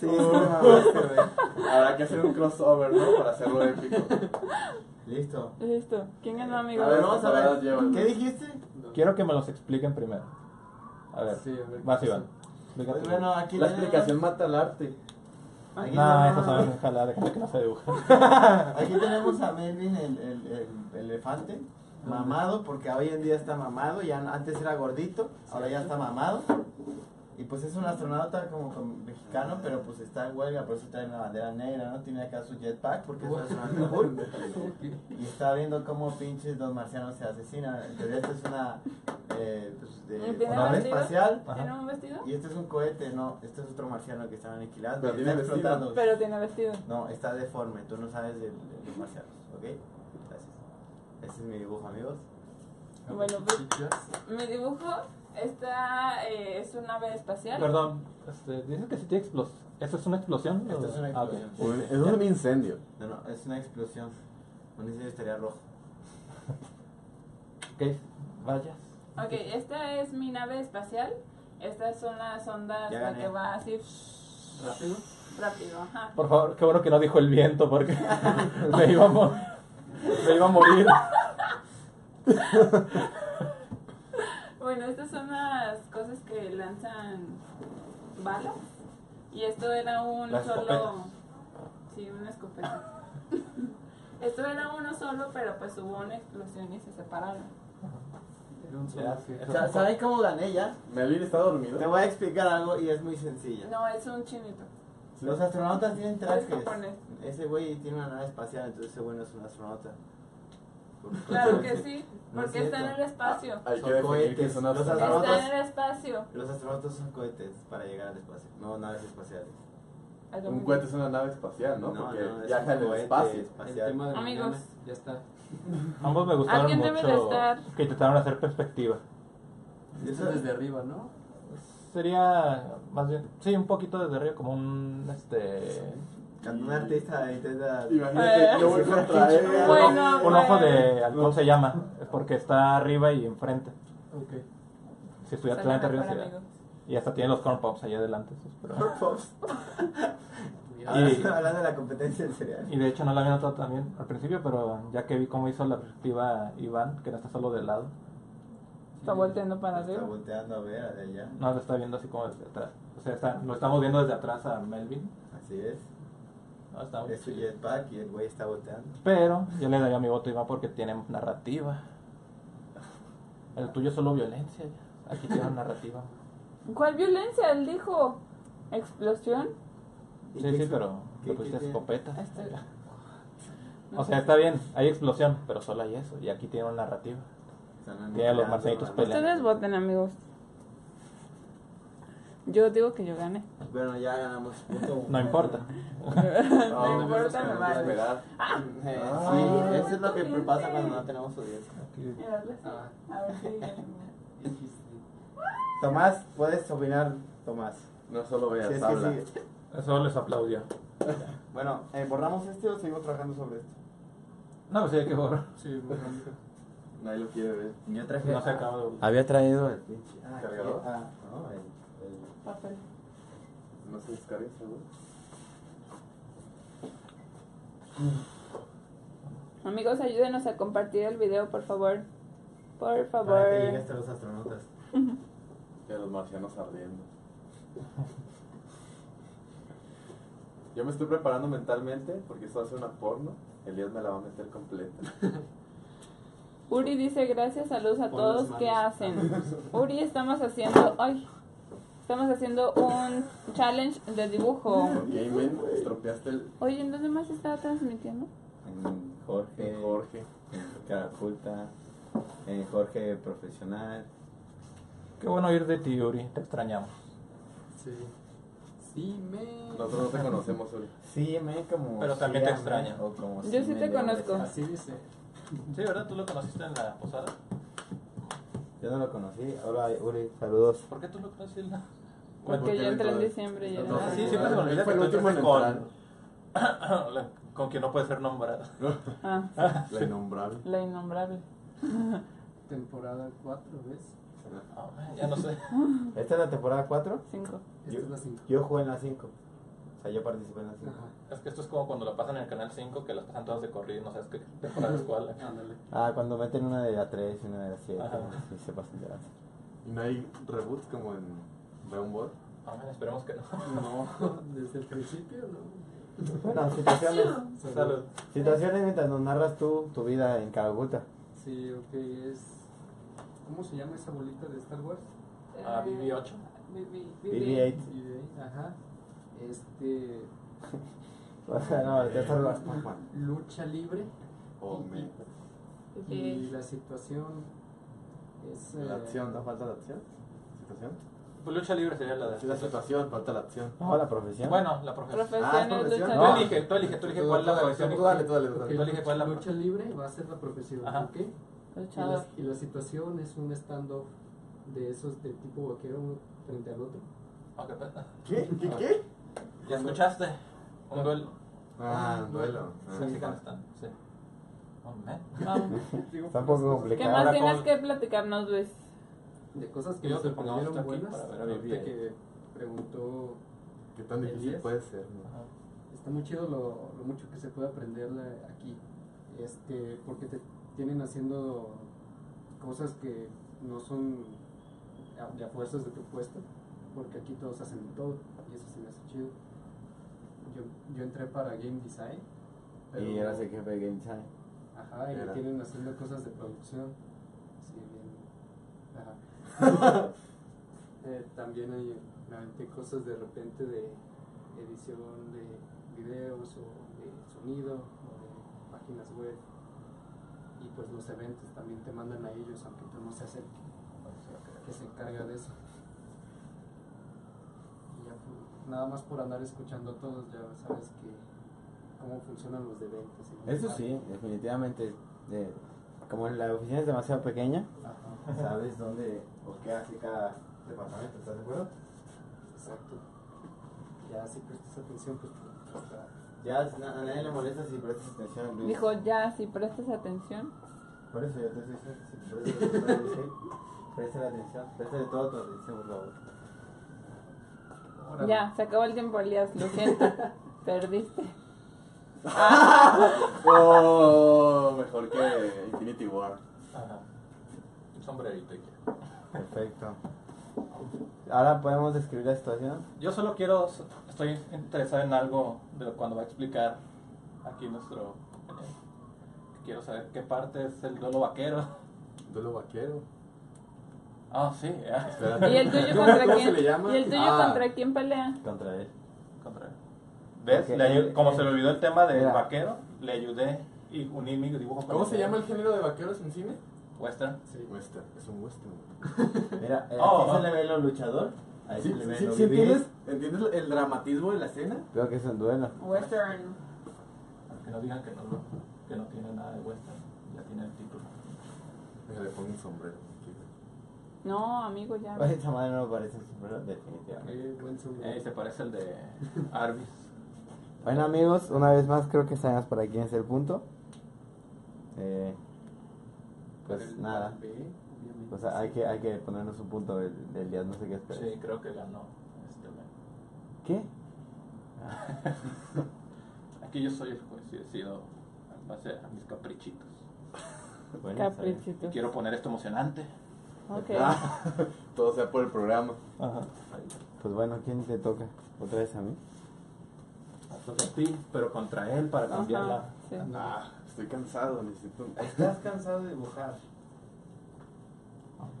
S3: te mamaste, güey.
S5: Habrá que hacer un crossover, ¿no? Para hacerlo épico.
S3: Listo.
S4: Listo. ¿Quién ganó, amigo?
S5: A
S3: A
S5: ver,
S3: ver,
S5: vamos
S3: vamos
S5: a ver.
S3: ¿Qué dijiste?
S7: Quiero que me los expliquen primero. A ver,
S2: Sí, a ver,
S7: vas
S2: ¿qué
S7: Iván. Explica
S3: Pues
S7: tú.
S3: bueno, aquí
S5: La
S3: ya-
S5: explicación mata al arte.
S3: aquí
S7: No,
S3: ya-
S7: eso se va a jalar de gente que no se dibuja.
S3: Aquí tenemos a Melvin, el, el, el elefante, mamado, porque hoy en día está mamado, ya no- antes era gordito, ahora ya está mamado. Y pues es un astronauta como, como mexicano, pero pues está en huelga, por eso trae una bandera negra, ¿no? Tiene acá su jetpack, porque es un astronauta cool. Y está viendo cómo pinches dos marcianos se asesinan. En teoría esta es una... Eh, pues,
S4: ¿Un
S3: de,
S4: primer
S3: una nave
S4: vestido?
S3: espacial.
S4: ¿Tiene un vestido?
S3: Y este es un cohete, no, este es otro marciano que están aniquilando.
S5: Pero
S3: Está
S5: tiene vestido.
S3: explotando.
S4: Pero tiene vestido.
S3: No, está deforme, tú no sabes de, de los marcianos, ¿ok? Gracias. Ese es mi dibujo, amigos.
S5: Ah,
S4: Bueno, pues,
S2: Chicas,
S4: mi dibujo está, eh, es una nave espacial.
S7: Perdón, este, dices que sí tiene explosión. ¿Esto es una explosión?
S3: Esto es una
S7: Ah, ok.
S3: explosión.
S5: Uy, Eso es un incendio.
S3: No, no, es una explosión. Un incendio estaría rojo.
S7: Ok, vayas.
S4: Ok, esta es mi nave espacial. Estas son las ondas
S3: Ya
S4: la
S3: gané.
S4: que va así
S2: rápido.
S4: rápido. Ajá.
S7: Por favor, qué bueno que no dijo el viento porque me iba a, mo- me iba a morir.
S4: Bueno, estas son las cosas que lanzan balas. Y esto era un
S7: Las
S4: solo.
S7: escopetas.
S4: Sí, una escopeta. esto era uno solo, pero pues hubo una explosión y se separaron.
S2: Era un solo
S7: Ya,
S2: que-
S7: eso-
S3: Sa- ¿Saben cómo gané ya?
S5: Melvin está dormido.
S3: Te voy a explicar algo y es muy sencilla.
S4: No, es un chinito.
S3: Los astronautas tienen trajes.
S4: Es japonés.
S3: Ese güey tiene una nave espacial, entonces ese güey no es un astronauta.
S4: Claro que sí,
S3: No
S4: porque
S3: es
S4: está en
S3: cierto.
S4: el
S7: Ah,
S4: espacio.
S5: Hay que
S3: Son
S5: definir que
S3: cohetes,
S5: son
S3: los
S5: astronautas.
S4: Está
S3: astronautas.
S4: en el espacio.
S3: Los astronautas son cohetes para llegar al espacio, no naves espaciales.
S4: Es lo
S5: Un
S4: mismo.
S5: cohete es una nave espacial, ¿no?
S3: No,
S5: Porque
S3: no, es
S5: viaja
S3: un
S5: en el
S3: cohete
S5: espacio.
S2: El
S3: espacial.
S2: tema de
S4: Amigos.
S2: mañana, ya está.
S7: Ambos me gustaron
S4: Alguien debe de
S7: mucho
S4: estar.
S7: que intentaron hacer perspectiva.
S2: Eso es desde arriba, ¿no?
S7: Sería más bien, sí, un poquito desde arriba, como un este
S3: Cuando un artista intenta...
S5: Imagínate, yo voy contra él.
S4: Bueno,
S7: un ojo de
S4: pues.
S7: halcón se llama, es porque está arriba y enfrente.
S2: Ok.
S7: Si estuviera
S4: Sale
S7: Atlanta arriba
S4: mejor,
S7: sería.
S4: amigos.
S7: Y hasta tiene los corn pops allá adelante. esos, pero-
S3: Ahora
S7: Y-
S3: sí, hablando de la competencia del cereal.
S7: Y de hecho no la había notado también al principio, pero ya que vi cómo hizo la perspectiva Iván, que no está solo de lado,
S4: Está volteando para
S3: Está
S4: arriba.
S3: volteando a ver hacia allá.
S7: no lo está viendo así como desde atrás. O sea, está- lo estamos viendo desde atrás a Melvin.
S3: Así es.
S7: No, está muy
S3: Es su
S7: chido.
S3: jetpack y el güey está volteando.
S7: Pero yo le daría mi voto a Iván porque tiene narrativa. El tuyo es solo violencia. ya. Aquí tiene narrativa.
S4: ¿Cuál violencia? Él dijo explosión.
S3: ¿Y
S7: Sí,
S3: qué
S7: sí,
S3: es-
S7: pero
S3: qué-
S7: le pusiste
S3: qué Ah, tiene?
S7: escopeta.
S4: Este-
S7: O sea, está bien, hay explosión, pero solo hay eso. Y aquí tiene una narrativa.
S3: Están andando,
S7: Tiene los
S3: andando,
S7: marcianitos
S3: andando.
S7: peleando.
S4: Ustedes voten, amigos. Yo digo que yo gané.
S3: Bueno, ya ganamos. Punto. Eh,
S7: Ah, No importa.
S4: no,
S5: no,
S4: importa, me vale.
S5: Esperar.
S3: Eh,
S4: Ay,
S7: Ah,
S3: sí, eso es lo que
S4: cuánto
S3: pasa
S4: gente.
S3: cuando no tenemos audiencia.
S4: Mirarle así.
S2: Ah.
S4: A ver si-
S3: Tomás, puedes opinar, Tomás.
S5: No solo veas,
S8: Si es que
S5: habla.
S8: sí.
S7: Eso les aplaudió.
S8: Bueno, eh, ¿borramos este o seguimos trabajando sobre esto?
S7: No, pues sí hay que borrar.
S9: Sí, bueno.
S5: Nadie lo quiere ver.
S8: Yo traje.
S7: No se acaba de borrar.
S3: Había traído el
S8: Ah, aquí-
S5: ¿Cargador?
S8: ah, no, el, el-
S4: Papel.
S5: No se descarga esa, güey.
S4: Amigos, ayúdenos a compartir el video, por favor. Por favor.
S8: Para que llegue hasta los astronautas.
S5: Y a los marcianos ardiendo. Yo me estoy preparando mentalmente porque esto va a ser una porno. Elías me la va a meter completa.
S4: Uri dice gracias, saludos a
S2: Pon
S4: todos
S2: las
S4: que
S2: manos.
S4: hacen. Uri, estamos haciendo, ay, estamos haciendo un challenge de dibujo.
S5: Ok, men, estropeaste el.
S4: Oye, ¿en dónde más estaba transmitiendo?
S3: en Jorge,
S5: el Jorge.
S3: en Caraculta, en Eh, Jorge Profesional.
S7: Qué bueno oír de ti, Yuri. Te extrañamos.
S2: Sí. Sí, me.
S5: Nosotros no te conocemos, Uri.
S3: Sí, me como.
S7: Pero también
S3: sí,
S7: te
S3: me,
S7: extraña.
S3: o como
S4: Yo sí
S3: me
S4: te
S3: le-
S4: conozco.
S2: Así dice.
S7: Sí, ¿verdad? ¿Tú lo conociste en la posada?
S3: Yo no lo conocí. Hola, Uri, saludos.
S7: ¿Por qué tú lo conociste en la
S4: Porque yo entré en
S5: dentro de-
S4: diciembre y
S5: No,
S7: Ah,
S4: era.
S7: sí, siempre se me olvida
S5: Fue
S7: que
S5: el
S7: tú
S5: último en
S7: entraste con... con quien no puede ser nombrado.
S4: Ah,
S8: La innombrable.
S4: la innombrable.
S2: Temporada 4, ¿ves?
S7: Ah, ya no sé.
S3: Esta es la temporada 4.
S4: Cinco.
S2: Esta
S3: Yo-
S2: es la 5.
S3: Yo jugué en la 5. O sea, yo participé en la 5.
S2: Ajá.
S7: Es que esto es como cuando la pasan en el canal 5, que las pasan todas de corrido y no sabes qué temporada es cuál.
S2: Ándale.
S3: Ah, cuando meten una de la 3 y una de la 7.
S7: Ajá.
S3: Y se pasan de la
S5: ¿Y no hay reboots como en Dragon Ball?
S7: Ah, bueno, esperemos que no.
S2: No, desde el principio no.
S3: Bueno, situaciones.
S2: Ah,
S7: Salud.
S3: Situaciones mientras nos narras tú tu vida en Caraculta.
S2: Sí, ok, es. ¿Cómo se llama esa bolita de Star Wars?
S7: Ah,
S4: eh,
S7: BB8.
S4: BB8.
S3: BB-8.
S2: BB-8, Ajá. Este.
S3: O sea, no, te
S5: Eh,
S3: estás robando.
S2: Lucha libre.
S5: Oh,
S2: y-
S5: men.
S2: y, y la situación es. eh,
S5: La acción, ¿no? Falta la acción. ¿Situación?
S7: Pues lucha libre sería la
S5: Sí, la
S7: de...
S5: situación, falta la acción.
S3: No, la profesión.
S7: Bueno, la profesión.
S5: Ah,
S4: Profesiones
S5: profesión.
S7: Tú
S3: No.
S4: luchadores.
S7: elige, tú elige, tú elige cuál es la profesión.
S5: Tú dale, tú dale, tú
S2: ok,
S5: dale.
S7: Tú elige
S2: lucha,
S7: cuál es la-
S2: lucha libre va a ser la profesión,
S7: Ajá.
S2: ¿ok? Y
S4: Luchador.
S2: la, y la situación es un stand-off de esos de tipo vaquero uno frente al otro.
S7: Ok, pues,
S5: ¿Qué? ¿Qué? ¿Qué?
S7: ¿Ya escuchaste? Un duelo.
S5: Ah, duelo. Ah.
S7: Sí, sí, está. Sí. Oh, man.
S4: Vamos.
S3: Está un poco
S7: pues,
S4: ¿Qué
S3: complicado.
S4: más
S7: Ahora,
S4: tienes
S7: ¿cómo-
S4: que platicarnos, Luis?
S2: De cosas que
S7: Yo
S2: nos
S7: te pongo
S2: sorprendieron
S7: esto aquí
S2: buenas.
S7: para ver a
S2: ahorita
S7: BB-8.
S2: que preguntó
S5: ¿Qué tan difícil puede ser? no?
S7: Ajá.
S2: Está muy chido lo, lo mucho que se puede aprender de aquí. Este, porque te tienen haciendo cosas que no son a- de a fuerzas de tu puesto, porque aquí todos hacen de todo, y eso se me hace chido. Yo, yo entré para game design, pero-
S3: Y eras el jefe de Game Time.
S2: Ajá, y me
S5: Era.
S2: tienen haciendo cosas de producción. Sí, bien. Ajá. Eh, también hay, me aventé cosas de repente de edición de videos o de sonido o de páginas web. Y pues los eventos también te mandan a ellos, aunque tú no seas el que se encarga de eso. Y ya, pues, nada más por andar escuchando a todos, ya sabes que cómo funcionan los de ventas. y los de
S3: Eso sí,
S2: marketing.
S3: definitivamente. eh, como la oficina es demasiado pequeña,
S2: Ajá.
S3: sabes dónde o qué hace cada departamento, ¿estás de acuerdo?
S2: Exacto. Ya si prestas atención, pues hasta
S3: Ya na- a nadie le molesta si prestas atención a Luis.
S4: Dijo, ya, si prestas atención.
S3: Por eso yo te estoy diciendo, si prestas atención a Luis, sí, presta la atención, préstale toda tu atención, por favor.
S2: ahora.
S4: Ya, se acabó el tiempo, Elías, lo siento. Perdiste.
S5: Oh, mejor que Infinity War.
S7: Ajá. Un sombrerito y ya.
S3: Perfecto. Ahora podemos describir la situación.
S7: Yo solo quiero, estoy interesado en algo de lo cuando va a explicar aquí nuestro. compañero. Quiero saber qué parte es el duelo vaquero.
S5: Duelo vaquero.
S7: Ah, sí, ya.
S5: Espérate.
S4: ¿Y el tuyo
S5: ¿Cómo-
S4: contra
S5: cómo
S4: quién?
S5: se le llama?
S4: ¿Y el tuyo
S5: Ah,
S4: contra quién pelea?
S3: Contra él.
S7: Contra- ¿Ves?
S3: Ok.
S7: Le ayu- como se le olvidó el tema del
S3: Mira.
S7: vaquero, le ayudé y uní mi dibujo. con
S5: ¿Cómo se llama el género de vaqueros en cine?
S7: Western.
S2: Sí.
S5: Western. Es un western.
S3: Mira, eh, aquí
S7: Oh,
S3: se
S7: oh.
S3: le ve lo luchador, ahí
S5: ¿Sí,
S3: se le ve
S5: sí-
S3: lo
S5: sí
S3: vivir.
S5: entiendes, entiendes el dramatismo de la escena?
S3: Creo que es un duelo.
S4: Western.
S7: Para Que no digan que no, lo- que no tiene nada de Western. Ya tiene el título.
S5: Déjale, pongo un sombrero.
S4: No, amigo, ya.
S10: Oye, esa madre no me parece un sombrero, definitivamente.
S2: Qué pues, buen sombrero.
S7: Eh, se parece al de Arby's.
S10: Bueno, amigos, una vez más creo que sabemos para quién es el punto. Eh, pues
S6: El
S10: nada.
S6: B, obviamente.
S10: O sea, hay que, hay que ponernos un punto del, del día, no sé qué esperar.
S7: Sí, creo que ganó. Este men.
S10: ¿Qué?
S7: Aquí yo soy el juez y decido en base a mis caprichitos.
S4: Pues
S10: Bueno, está bien.
S7: Y
S4: Caprichito.
S7: quiero poner esto emocionante.
S4: Ok.
S5: Ah, Todo sea por el programa.
S10: Ajá. Pues bueno, ¿quién te toca? ¿Otra vez a mí?
S7: Toca a ti, pero contra él para cambiar
S4: Ajá,
S7: la.
S4: sí.
S5: Ah, estoy cansado, necesito un...
S3: Estás cansado de dibujar.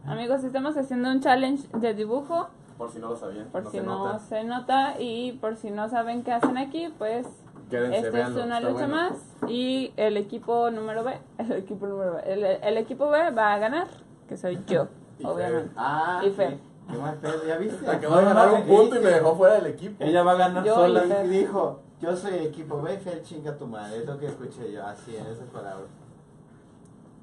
S4: Amigos, estamos haciendo un challenge de dibujo.
S5: Por si no lo sabían,
S4: Por
S5: no
S4: si
S5: se
S4: no
S5: nota.
S4: se nota y por si no saben qué hacen aquí, pues
S5: Quédense,
S4: esta
S5: véanlo,
S4: es una
S5: está
S4: lucha
S5: bueno.
S4: más y el equipo número B, el equipo número B, el, el equipo B va a ganar, que soy yo,
S5: Y
S4: obviamente.
S3: Ah,
S4: Y Fer.
S3: qué mal pedo, ¿ya viste?
S5: Acabo de ganar un punto y me dejó fuera del equipo.
S10: Ella va a ganar
S4: Yo
S10: sola.
S4: y Fer.
S10: Y dijo,
S3: Yo soy el equipo B, Fer, chinga tu madre. Es lo que escuché yo, así en esas palabras.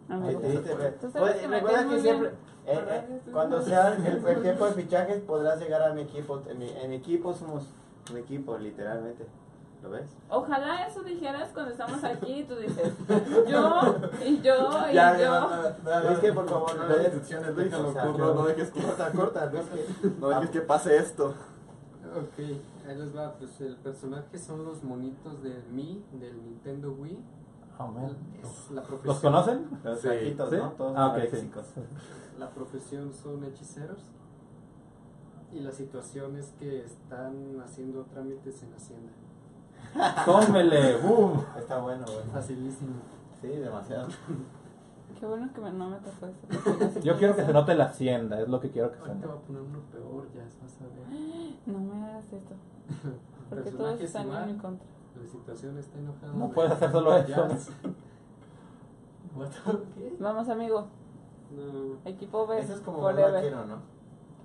S3: Ahí
S4: Amigo.
S3: te diste, Fer.
S4: Tú sabes
S3: Pues,
S4: que me
S3: recuerda
S4: caes
S3: que
S4: muy
S3: siempre,
S4: bien.
S3: eh, eh,
S4: ¿Verdad? Estoy
S3: cuando
S4: muy
S3: sea el, el tiempo de fichajes, podrás llegar a mi equipo. En mi, en mi equipo somos un equipo, literalmente. ¿Lo ves?
S4: Ojalá eso dijeras cuando estamos aquí y tú dices, yo y yo y yo.
S3: Es que, por favor, no
S5: no
S3: le des-
S5: dejes instrucciones, déjalo,
S3: o sea,
S5: corro,
S3: yo-
S5: no dejes que
S3: Corta, corta, ¿ves que?
S5: no dejes que pase esto.
S2: Ok, ahí les va. Pues el personaje son los monitos del Mi, del Nintendo Wii.
S10: oh, man.
S2: Es la profesión.
S10: ¿Los conocen?
S3: Los
S5: Sí.
S3: saquitos,
S10: ¿Sí?
S3: ¿no? Todos
S10: Ah, ok, sí.
S3: léxicos.
S2: La profesión son hechiceros. Y la situación es que están haciendo trámites en Hacienda.
S10: ¡Tómele! ¡Boom!
S3: Está bueno, güey. Ah,
S2: Facilísimo.
S3: Sí, demasiado.
S4: Qué bueno que me- no me tocó eso. porque no sé
S10: Yo
S4: cómo
S10: quiero que
S4: hacer.
S10: se note la hacienda, es lo que quiero que se
S2: Ahorita
S10: note.
S2: voy a poner uno peor, ya vas a ver.
S4: No me hagas esto,
S2: El
S4: porque todos
S2: personaje es
S4: están en mi
S2: igual,
S4: contra.
S2: La situación está enojada.
S10: No puedes hacer solo
S2: Ya.
S10: eso.
S2: What the- ¿Qué?
S4: Vamos, amigo,
S2: No.
S4: equipo B.
S3: Eso es como un
S4: forever.
S3: vaquero, ¿no?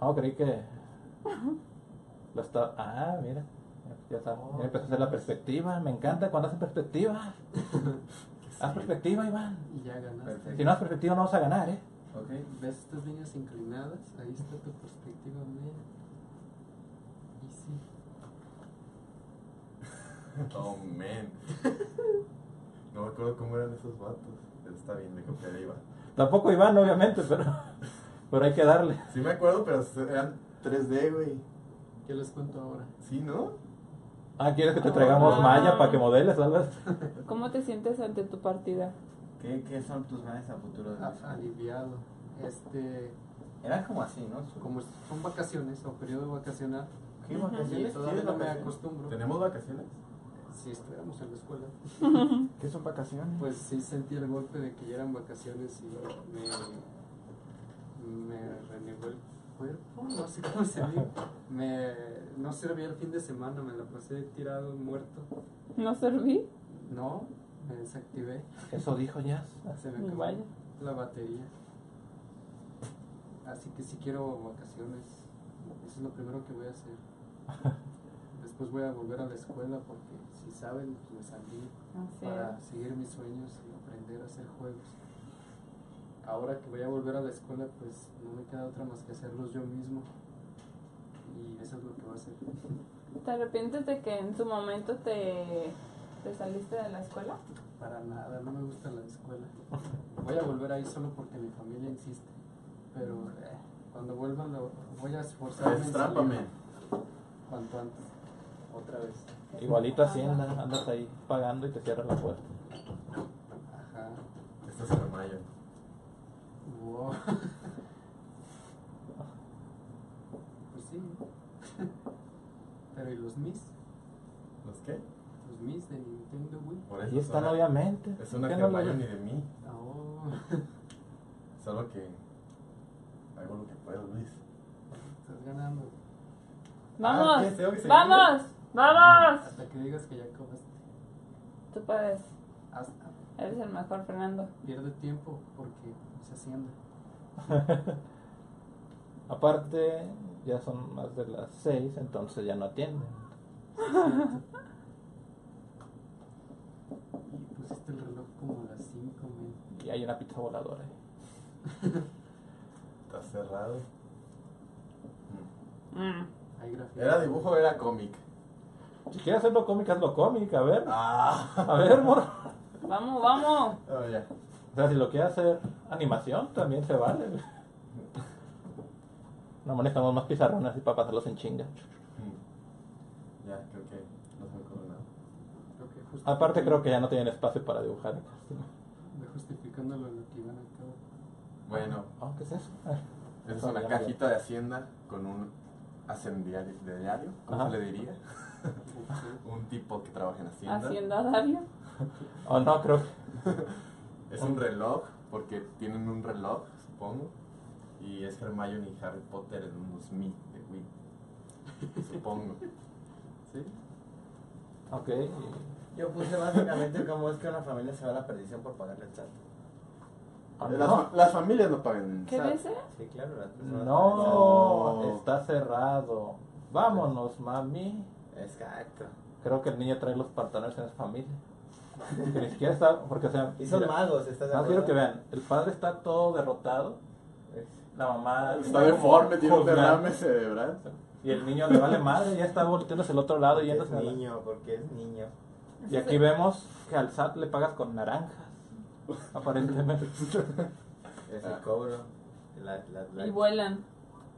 S10: Oh, creí que. Lo está. Ah, mira. Ya está. Ya empezó a hacer la perspectiva. Me encanta cuando hacen perspectiva. Haz perspectiva, Iván.
S2: Y ya ganaste.
S3: Perfecto.
S10: Si no haces perspectiva, no vas a ganar, ¿eh?
S3: Ok.
S2: ¿Ves estas líneas inclinadas? Ahí está tu perspectiva, mira. Y sí.
S5: Oh, man. No me acuerdo cómo eran esos vatos. Pero está bien, le copiaré a Iván.
S10: Tampoco Iván, obviamente, pero. Pero hay que darle.
S5: Sí me acuerdo, pero eran 3D, güey.
S2: ¿Qué les cuento ahora?
S5: Sí, ¿no?
S10: Ah, ¿quieres que te traigamos malla para que modeles o algo así?
S4: ¿Cómo te sientes ante tu partida?
S3: ¿Qué, ¿Qué son tus planes a futuro?
S2: Ah, aliviado. Este,
S3: Era como así, ¿no? Su-
S2: como son vacaciones o periodo vacacional,
S3: ¿Qué
S4: Ujú.
S2: y
S3: vacaciones?
S2: todavía
S3: Ah, ¿Tienes
S2: no me
S3: vacaciones?
S2: acostumbro.
S5: ¿Tenemos vacaciones?
S2: Si estuviéramos en la escuela,
S5: ¿Qué son vacaciones?
S2: pues sí sentí el golpe de que ya eran vacaciones y me, me renegó el cuerpo, no sé cómo se dice. Me, no servía el fin de semana, me la pasé tirado, muerto.
S4: ¿No serví?
S2: No, me desactivé,
S10: Eso dijo Jazz.
S2: se me acabó.
S4: Vaya.
S2: la batería. Así que si quiero vacaciones, eso es lo primero que voy a hacer. Después voy a volver a la escuela porque si saben, pues me salí
S4: Así
S2: para
S4: es.
S2: seguir mis sueños y aprender a hacer juegos. Ahora que voy a volver a la escuela, pues no me queda otra más que hacerlos yo mismo. Y eso es lo que voy a hacer.
S4: ¿Te arrepientes de que en su momento te, te saliste de la escuela?
S2: Para nada, no me gusta la escuela. Voy a volver ahí solo porque mi familia insiste. Pero eh, cuando vuelva lo voy a esforzarme. en
S5: Es trampa,
S2: salir
S5: man.
S2: Cuanto antes. Otra vez.
S10: Igualito
S3: Ah,
S10: Hacienda, andas ahí pagando y te cierran la puerta.
S2: Ajá.
S5: Esto es para mayo.
S2: Wow. pues sí. Pero ¿y los Mis?
S5: ¿Los qué?
S2: Los Mis de Nintendo Wii.
S5: Por
S10: Ahí están,
S5: suena-
S10: obviamente.
S5: Es una
S10: ¿Por
S5: que
S10: qué no
S5: no
S10: lo-
S5: ni de mí,
S2: Oh.
S5: solo que hago lo que puedo, Luis.
S2: Estás ganando.
S4: ¡Vamos!
S5: ¿qué? Tengo que seguir.
S4: ¡Vamos! ¡Vamos!
S2: Hasta que digas que ya acabaste.
S4: Ah, Tú puedes.
S2: Hasta.
S4: Eres el mejor, Fernando.
S2: Pierde tiempo porque se hacienda.
S10: Aparte, ya son más de las 6, entonces ya no atienden.
S2: Y pusiste el reloj como a las 5,
S10: Y hay una pizza voladora. ahí.
S5: Está cerrado.
S4: Mm.
S2: Hay grafía.
S5: ¿Era dibujo o era cómic?
S7: Si quieres hacerlo cómic, hazlo cómic, a ver.
S5: Ah,
S7: A ver, morro.
S4: Vamos, vamos.
S5: oh, ya.
S7: O sea, si lo quieres hacer animación, también se vale. güey. No manejamos más pizarrones y para pasarlos en chinga.
S5: Mm. Ya, creo que no se me ocurre nada.
S2: Creo que justi-
S7: Aparte, creo que ya no tienen espacio para dibujar.
S2: de Justificándolo lo que iban a cabo.
S5: Bueno,
S7: Oh, ¿Qué es eso?
S5: esa es una cajita de hacienda con un hacendiario, de diario, ¿cómo
S7: Ajá.
S5: se le diría? un tipo que trabaja en hacienda.
S4: Hacienda Dario.
S7: Oh, no, creo que.
S5: Es un reloj, porque tienen un reloj, supongo. Y es Hermione y Harry Potter en unos mi de Wii. Supongo. ¿Sí?
S7: Ok.
S3: Yo puse básicamente cómo es que una familia se va a la perdición por pagarle el chat.
S7: Ah,
S5: las,
S7: no.
S5: las familias no pagan.
S4: ¿Qué
S5: SAT.
S4: dice?
S3: Sí, claro, las personas.
S7: No,
S5: No.
S7: está cerrado. Vámonos, mami.
S3: Exacto.
S7: Creo que el niño trae los pantalones en su familia. Que ni siquiera está. Porque, o sea.
S3: Y son
S7: mira,
S3: magos, ¿estás de
S7: Más quiero que
S3: acuerdo?
S7: vean. El padre está todo derrotado. La mamá.
S5: Está deforme, tiene un
S7: juzgando.
S5: derrame cerebral.
S7: Y el niño le vale madre, ya está volteando hacia el otro lado y
S3: Porque es
S7: yéndose a la-
S3: niño, porque es niño.
S7: Y aquí vemos que al SAT le pagas con naranjas, aparentemente.
S3: Es
S5: Ah.
S3: el cobro. La, la, la-
S4: Y vuelan.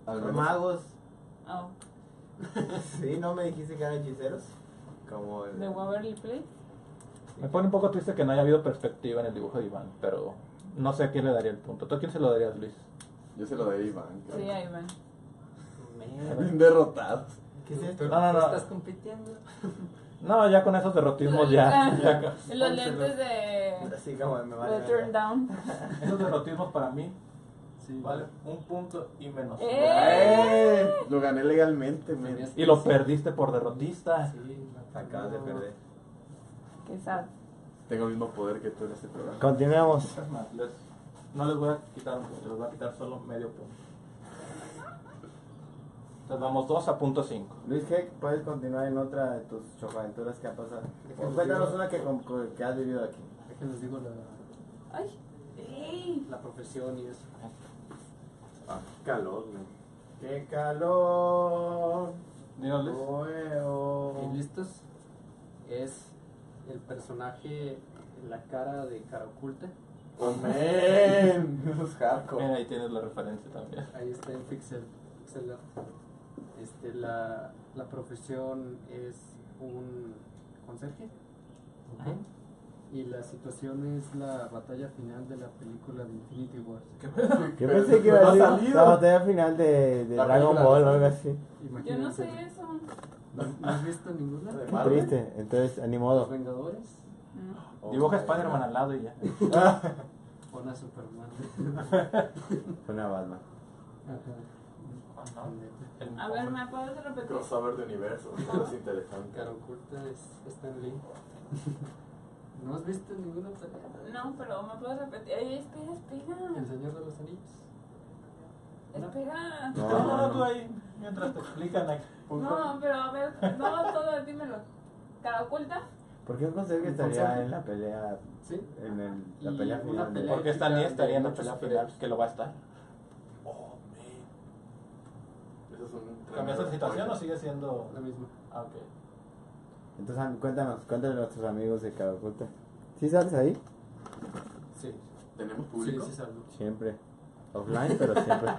S5: Al
S3: Son
S5: menos.
S3: magos.
S4: Oh.
S3: Sí, no me dijiste que eran hechiceros. Como el.
S4: De Waverly Place.
S7: Me pone un poco triste que no haya habido perspectiva en el dibujo de Iván, pero no sé a quién le daría el punto. ¿Tú a quién se lo darías, Luis?
S5: Yo se lo doy a Iván. creo.
S4: Sí, ahí van.
S5: Bien derrotados.
S3: ¿Qué es esto?
S7: No, no, no.
S2: Estás compitiendo.
S7: No, ya con esos derrotismos ya. ya ca-
S4: Y Los lentes de.
S3: Así como me vale.
S4: De Turn
S3: verga.
S4: Down.
S7: esos derrotismos para mí
S2: Sí,
S7: valen un punto y menos.
S4: ¡Eh!
S5: ¡Eh! Lo gané legalmente, men.
S7: Y lo perdiste por derrotista.
S2: Sí, la-
S3: Acabas de
S2: no.
S3: perder.
S4: Qué sad.
S5: Tengo el mismo poder que tú en este programa.
S3: Continuamos.
S7: Es más, les- no les voy a quitar un punto, les voy a quitar solo medio punto. Entonces vamos 2 a punto 5.
S3: Luis Heck, puedes continuar en otra de tus chocoaventuras que han pasado. Pues,
S2: Déjame
S3: Cuéntanos
S2: digo-
S3: una que, con- con- que has vivido aquí.
S2: Déjenles digo la,
S4: ¡Ay! ¡Ey!
S2: la profesión y eso.
S5: Ah, calor, men.
S3: ¡Qué calor!
S7: Díganles.
S3: ¡Huevo!
S2: ¿Y listos? Es el personaje, la cara de cara oculta.
S5: ¡Oh, men! Eso es hardcore.
S7: Mira, ahí tienes la referencia también.
S2: Ahí está en Pixel, Pixel Art. Este, la, la profesión es un conserje.
S7: Ajá.
S2: Y la situación es la batalla final de la película de Infinity War.
S7: ¿Qué pedo?
S3: Yo
S5: Pero
S3: pensé que iba
S5: no
S3: a
S5: ha
S3: decir
S5: salido.
S3: la batalla final de, de
S5: La
S3: Dragon
S5: película.
S3: Ball o algo así.
S4: Yo
S2: Imagínense.
S4: no sé eso.
S2: ¿No, no has visto ninguna?
S5: ¿De
S3: Qué
S5: Marvel?
S3: triste, entonces, ni
S2: Los
S3: modo.
S2: Vengadores
S4: Mm.
S5: Oh,
S7: Dibuja
S5: my
S7: Spider-Man
S5: God.
S7: al lado y ya.
S2: pon a Superman.
S3: Una balma.
S2: Ajá.
S7: El-
S4: A ver, ¿me puedes repetir?
S5: Crossover de universo, eso es interesante.
S2: Cara oculta es Stan Lee. ¿No has visto ninguna película?
S4: No, pero ¿me puedes repetir? ¡Ey, espera,
S2: El
S4: espera!
S2: Señor de los Anillos.
S4: ¡Espera!
S7: No, no, no, tú ahí, mientras te explican. ahí.
S4: No, pero a ver, no, todo, dímelo. ¿Cara oculta?
S3: ¿Por qué un conserje
S2: Un
S3: estaría
S2: conserje.
S3: en la pelea?
S2: ¿Sí?
S3: En el- la
S2: Y
S3: pelea
S2: una
S3: final. de-
S2: pelea.
S7: Porque Stan Lee estaría en la pelea final, que lo va a estar.
S5: Oh, man. Eso es un.
S7: ¿Cambias la situación o sigue siendo.?
S2: La misma.
S7: Ah, ok.
S3: Entonces, an- cuéntanos, cuéntanos a nuestros amigos de Caraculta. ¿Sí sales ahí?
S2: Sí.
S5: ¿Tenemos público?
S2: Sí, sí salgo.
S3: Siempre. Offline, pero siempre.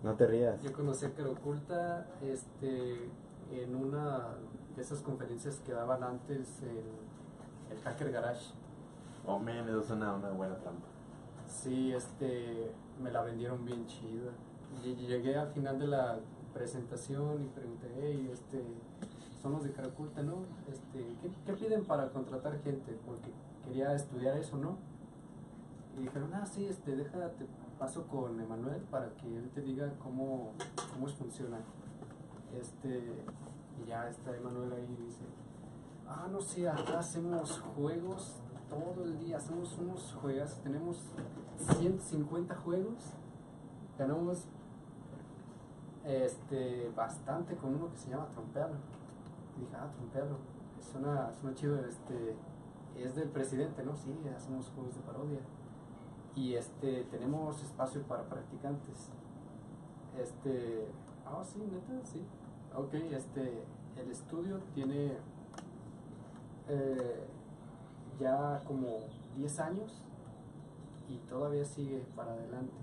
S3: No te rías.
S2: Yo conocí a Cara Oculta este, en una de esas conferencias que daban antes el, el Hacker Garage.
S5: Oh, man, eso suena a una buena trampa.
S2: Sí, este, me la vendieron bien chida. Y llegué al final de la presentación y pregunté, hey, este, somos de Caraculta, ¿no? Este, ¿qué, qué piden para contratar gente? Porque quería estudiar eso, ¿no? Y dijeron, ah, sí, este, déjate, paso con Emanuel para que él te diga cómo, cómo funciona. Este, y ya está Emanuel ahí y dice, Ah, no sé, acá hacemos juegos todo el día, hacemos unos juegos, tenemos 150 juegos, ganamos este, bastante con uno que se llama Trompealo. Y dije, ah, Trompealo, suena, suena chido, este, es del presidente, ¿no? Sí, hacemos juegos de parodia. y este tenemos espacio para practicantes. Este, ah, sí, neta, sí. Ok, este, el estudio tiene eh, ya como 10 años y todavía sigue para adelante.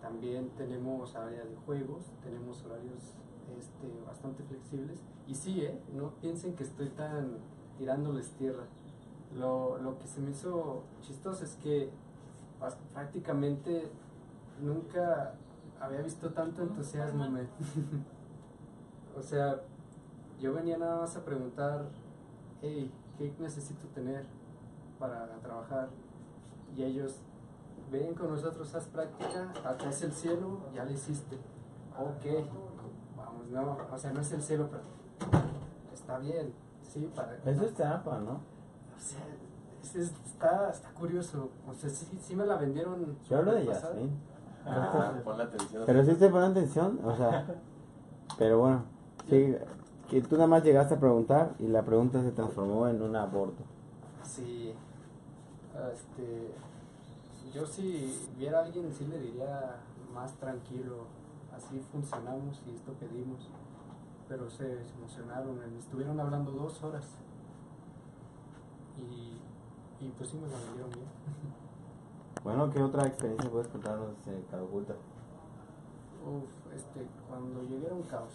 S2: También tenemos área de juegos, tenemos horarios este, bastante flexibles. Y sí, ¿eh? no piensen que estoy tan tirándoles tierra. Lo, lo que se me hizo chistoso es que pas- prácticamente nunca había visto tanto entusiasmo. men. o sea, yo venía nada más a preguntar, hey, ¿qué necesito tener para trabajar? Y ellos, ven con nosotros, haz práctica, acá es el cielo, ya lo hiciste. Ok, vamos, no, o sea, no es el cielo, pero está bien, sí, para...
S3: Eso es este trampa, ¿no?
S2: O sea, es- es- está, está curioso. O sea, sí, sí me la vendieron.
S3: Yo hablo de
S2: pasada.
S3: Yasmin.
S7: Ah, pon la atención.
S3: Pero sí te ponen atención, o sea. Pero bueno, sí, que tú nada más llegaste a preguntar y la pregunta se transformó en un aborto.
S2: Sí. Este. Yo si viera a alguien, sí le diría más tranquilo. Así funcionamos y esto pedimos. Pero se, se emocionaron. eh, Estuvieron hablando dos horas. Y, y pues sí me la vendieron bien.
S3: Bueno, ¿qué otra experiencia puedes contarnos de Caraculta?
S2: Uf, este, cuando llegué era un caos,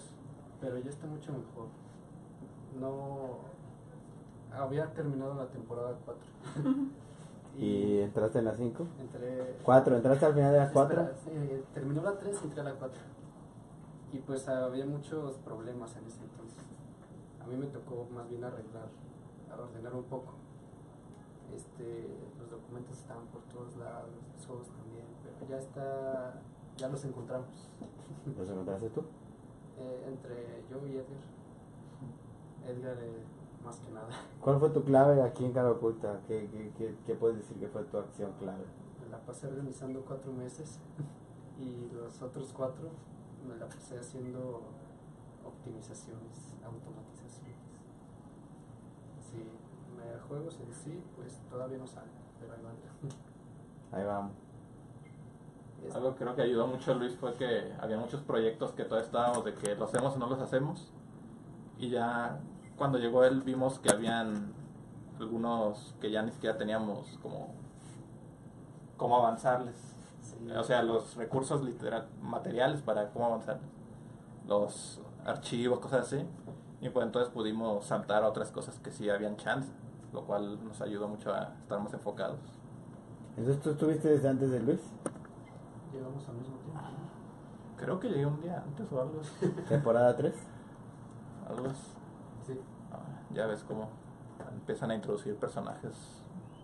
S2: pero ya está mucho mejor. No. Había terminado la temporada 4.
S3: ¿Y eh, entraste en las 5?
S2: Entre.
S3: ¿Cuatro? ¿Entraste al final de las 4?
S2: Espera, eh, terminó la 3 y entré a la 4. Y pues había muchos problemas en ese entonces. A mí me tocó más bien arreglar, ordenar un poco. Este, los documentos estaban por todos lados, SOS también, pero ya está, ya los encontramos.
S3: ¿Los encontraste tú?
S2: Eh, entre yo y Edgar. Edgar, eh, más que nada,
S3: ¿Cuál fue tu clave aquí en Cara Oculta? ¿Qué, qué, qué, qué puedes decir que fue tu acción clave?
S2: me la pasé organizando cuatro meses y los otros cuatro me la pasé haciendo optimizaciones, automatizaciones. Sí, me- juegos en sí, pues todavía no salen, pero ahí van.
S3: Ahí vamos.
S2: Es-
S7: Algo que creo que ayudó mucho a Luis fue que había muchos proyectos que todavía estábamos de que los hacemos o no los hacemos. Y ya cuando llegó él vimos que habían algunos que ya ni siquiera teníamos como cómo avanzarles.
S2: sí.
S7: O sea, los recursos literal, materiales para cómo avanzar. Los archivos, cosas así. Y pues entonces pudimos saltar a otras cosas que sí habían chance, lo cual nos ayudó mucho a estar más enfocados.
S3: Entonces tú estuviste desde antes de Luis.
S2: Llegamos al mismo tiempo.
S7: Creo que llegué un día antes o algo así.
S3: Temporada 3.
S7: Algo así.
S2: Sí,
S7: Ah, Ya ves cómo empiezan a introducir personajes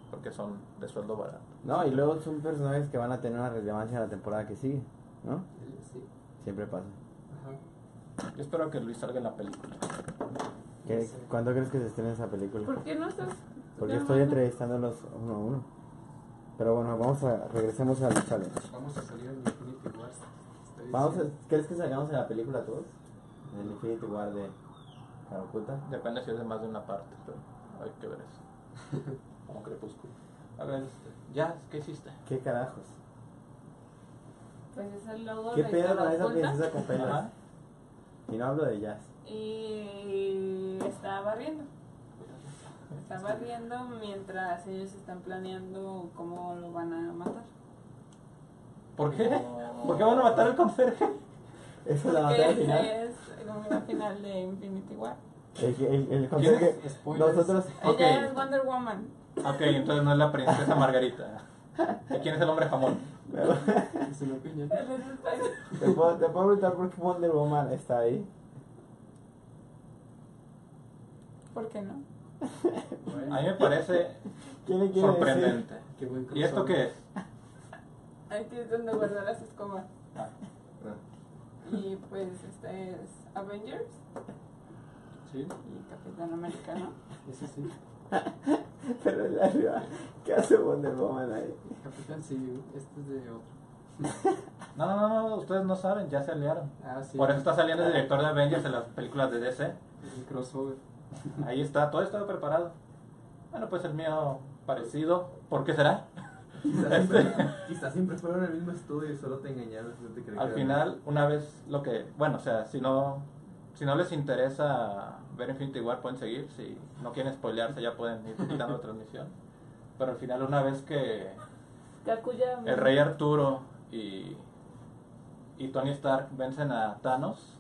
S7: porque son de sueldo barato.
S3: No, y luego son personajes que van a tener una relevancia en la temporada que sigue, ¿no?
S2: él- sí.
S3: Siempre pasa.
S2: Ajá.
S7: Yo espero que Luis salga en la película.
S3: ¿Qué-
S2: No sé.
S3: ¿Cuándo crees que se estrene esa película?
S4: ¿Por qué no estás?
S3: Porque
S4: no,
S3: estoy
S4: no.
S3: entrevistándolos uno a uno. Pero bueno, vamos a regresemos al challenge.
S2: Vamos a salir en Infinity War. estoy
S3: Vamos
S2: diciendo.
S3: a- ¿Crees que salgamos en la película todos? En el Infinity War de Caracuta.
S7: Depende si es de más de una parte, pero hay que ver eso. Como crepúsculo. A ver, este, ya, ¿qué hiciste?
S3: ¿Qué carajos?
S4: Pues es el logo
S3: ¿Qué
S4: de
S3: pedo con
S4: Cara
S3: esa
S4: Oculta
S3: princesa con pelas?
S7: Ajá.
S3: Y no hablo de jazz.
S4: Y está barriendo. Está barriendo mientras ellos están planeando cómo lo van a matar.
S7: ¿Por qué? ¿Por qué van a matar al conserje?
S3: Esa es la
S4: Porque
S3: batalla final.
S4: es como la final de Infinity War.
S3: El, que- el, el conserje-
S2: ¿Quieres spoilers?
S3: Nosotros.
S7: Ok.
S4: Ella es Wonder Woman.
S7: Ok, entonces no es la princesa Margarita. ¿Y quién es el hombre jamón?
S2: Es una opinión.
S4: Él es Spider-
S3: ¿Te puedo, te puedo preguntar por qué Wonder Woman está ahí?
S4: ¿Por qué no?
S7: A mí me parece
S3: ¿Quién le quiere decir?
S7: sorprendente.
S2: Qué buen
S7: ¿Y esto
S2: crossover.
S7: qué es?
S4: Aquí es donde guardar las escobas.
S7: Ah,
S4: Y pues este es Avengers
S7: ¿Sí?
S4: y Capitán Americano.
S2: Ese sí.
S3: Pero es la arriba. ¿Qué hace Wonder Woman ahí?
S2: Capitán, sí, este es de otro.
S7: No, no, no, no, ustedes no saben, ya se aliaron.
S2: Ah, sí.
S7: Por eso está saliendo el director de Avengers en las películas de DC.
S2: El crossover.
S7: Ahí está, todo estaba preparado. Bueno, pues el mío parecido. ¿Por qué será?
S3: Quizás siempre, quizás siempre fueron el mismo estudio y solo te engañaron. No te creían.
S7: Al final, una vez lo que. Bueno, o sea, si no. Si no les interesa ver Infinity War, pueden seguir. Si no quieren spoilearse, ya pueden ir quitando la transmisión. Pero al final, una vez que
S11: Kakuya.
S7: el rey Arturo y, y Tony Stark vencen a Thanos,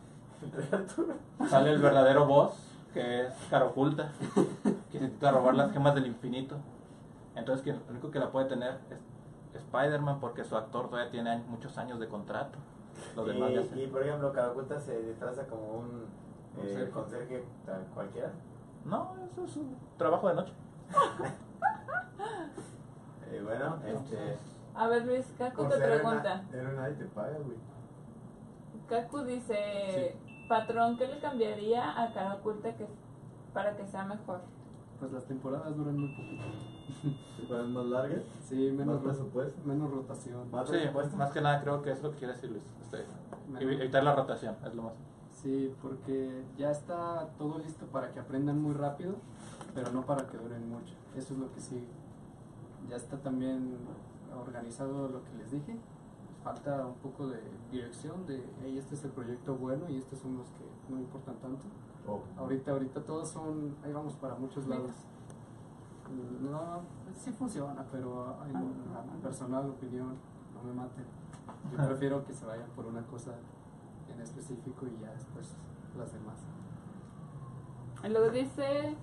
S7: sale el verdadero boss, que es cara oculta, que se intenta robar las gemas del infinito. Entonces, quien- el único que la puede tener es Spider-Man, porque su actor todavía tiene años- muchos años de contrato. Los demás ya
S3: Y,
S7: se-
S3: y por ejemplo, Caraculta se disfraza como un
S2: Un
S3: eh,
S2: ser.
S3: conserje tal- cualquiera.
S7: No, eso es un trabajo de noche.
S3: Eh, bueno, este.
S11: A ver, Luis, Kaku te pregunta.
S3: Era nadie te paga, güey.
S11: Kaku dice: Patrón, ¿qué le cambiaría a cara oculta que, para que sea mejor?
S2: Pues las temporadas duran muy poquito.
S3: Si fueran más largas,
S2: Sí, menos,
S3: Más presupuesto.
S2: menos rotación.
S3: más
S7: Sí,
S3: presupuesto.
S7: más que nada creo que es lo que quiere decir Luis. este, evi-
S2: Menos-
S7: evitar la rotación, es lo más.
S2: Sí, porque ya está todo listo para que aprendan muy rápido, pero no para que duren mucho. Eso es lo que sigue. Ya está también organizado lo que les dije. Falta un poco de dirección de, hey, este es el proyecto bueno y estos son los que no importan tanto.
S5: Oh.
S2: Ahorita, ahorita todos son, ahí vamos para muchos lados. No, sí funciona, pero en la personal opinión, no me maten. Yo prefiero que se vayan por una cosa en específico y ya después las demás.
S11: Y Luego dice: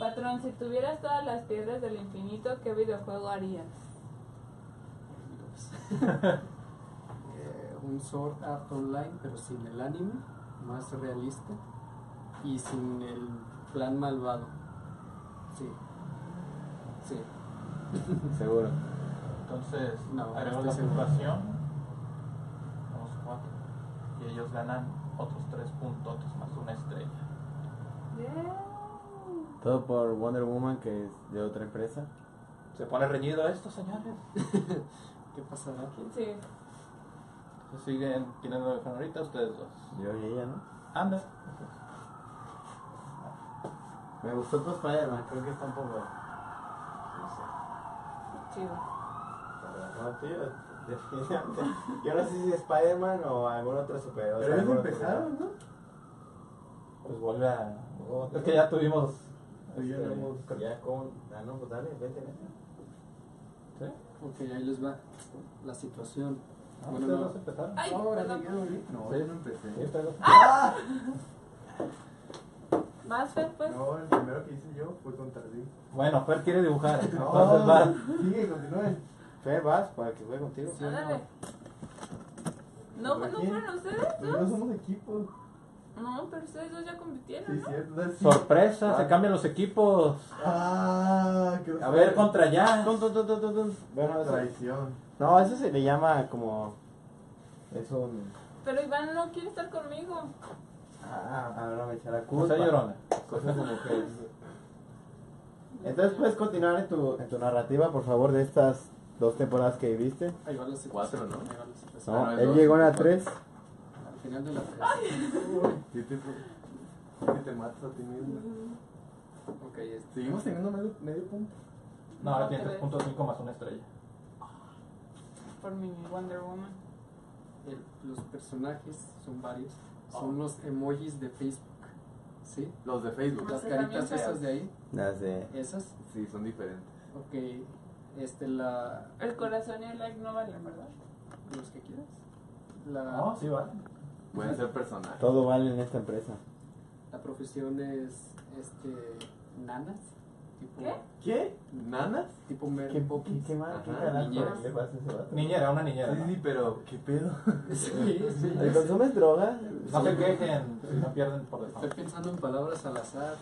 S11: Patrón, si tuvieras todas las piedras del infinito, ¿qué videojuego harías?
S2: Eh, un Sword Art Online, pero sin el anime, más realista y sin el plan malvado. Sí. Sí.
S10: Seguro.
S7: Entonces,
S2: No, no
S7: haremos
S2: estoy
S7: la
S2: seguro.
S7: puntuación. Vamos cuatro. Y ellos ganan otros tres puntos más una estrella.
S3: Todo por Wonder Woman, que es de otra empresa.
S7: Se pone reñido esto, señores.
S2: ¿Qué pasará?
S11: Sí.
S7: Entonces siguen quienes lo dejaron ahorita, ustedes dos.
S3: Yo y ella, ¿no?
S7: Anda.
S3: Me gustó tu Spider-Man, creo que está un poco. No sé.
S11: Chido.
S3: No, tío, definitivamente. Yo no sé si Spider-Man o algún otro superhéroe.
S2: Pero ellos
S3: empezaron, ¿no?
S7: Pues vuelve a.
S3: Otro.
S10: Es que ya tuvimos.
S3: Ya
S10: este,
S3: hemos- Ya con. Ah, no, pues dale, vete, vete.
S2: Ok, ahí les va la situación.
S10: Ah,
S2: Bueno,
S10: ustedes
S2: no.
S10: dos empezaron.
S4: Ay,
S2: Ahora
S4: perdón.
S2: sí, ahora
S3: No,
S10: Sí.
S3: yo no empecé.
S10: Ustedes dos.
S11: Más Fer, pues.
S3: No, el primero que hice yo fue contra ti.
S10: Bueno, Fer quiere dibujar. Entonces va.
S3: No, sigue, continúe. Fer, vas para que juegue contigo.
S2: Sí,
S11: Ándale.
S3: no.
S11: ¿No, ¿no
S3: ¿Quién?
S11: fueron ustedes
S3: Pero no
S11: dos?
S3: somos equipo.
S11: No, pero ustedes dos ya compitieron,
S3: Sí,
S11: ¿no?
S3: cierto. dale, sí.
S10: Sorpresa,
S3: Vale.
S10: Ah, se cambian los equipos.
S3: Ah, qué
S10: A ver, contra ya.
S3: Tun, tun, tun, tun, tun, tun. Bueno, eso-
S5: Traición.
S3: No, eso se le llama como. Es un.
S11: Pero Iván no quiere estar conmigo.
S3: Ah, ahora me echará
S10: No
S3: culpa.
S10: sea llorona.
S3: Cosas de mujeres. Entonces pues, puedes continuar en tu, en tu narrativa, por favor, de estas dos temporadas que viviste.
S2: Ahí va la situación.
S7: Cuatro, ¿no? Ah.
S2: Ahí va la situación.
S3: No,
S5: Ah, no, es
S3: él
S5: dos.
S3: llegó en la 3.
S2: Al final de la tres.
S5: Si te, sí te matas a ti mismo.
S4: Mm.
S2: Ok, este,
S5: Seguimos teniendo medio, medio punto.
S7: No, ahora tiene
S11: Tres.
S7: 3.5 más una estrella.
S4: Por mi Wonder Woman.
S2: el- los personajes son varios. Son
S4: Oh.
S2: los emojis de Facebook. ¿Sí?
S5: Los de Facebook.
S2: Las
S4: sé,
S2: caritas
S4: Ah, también
S2: esas de ahí.
S3: No sé.
S2: Esas.
S5: Sí, son diferentes.
S2: Ok. Este, la.
S4: El corazón y el like no valen, ¿verdad?
S2: Los que quieras. La,
S4: Ah.
S7: No, sí, vale.
S5: Pueden ser personajes.
S3: Todo vale en esta empresa.
S2: la profesión es. Este. Nanas. Tipo,
S4: ¿Qué?
S5: ¿Qué? ¿Nanas?
S2: Tipo Mary
S3: ¿Qué,
S2: Poppins.
S3: qué mal? ¿Qué
S5: Ajá,
S3: carajo
S2: niñeras.
S3: le pasa a ese vato?
S7: Niñera, una niñera.
S5: Sí, sí, pero ¿qué pedo?
S2: Sí, sí,
S3: ¿Te consumes droga?
S7: No se quejen, si no pierden por
S2: Estoy
S7: default.
S2: pensando en palabras al azar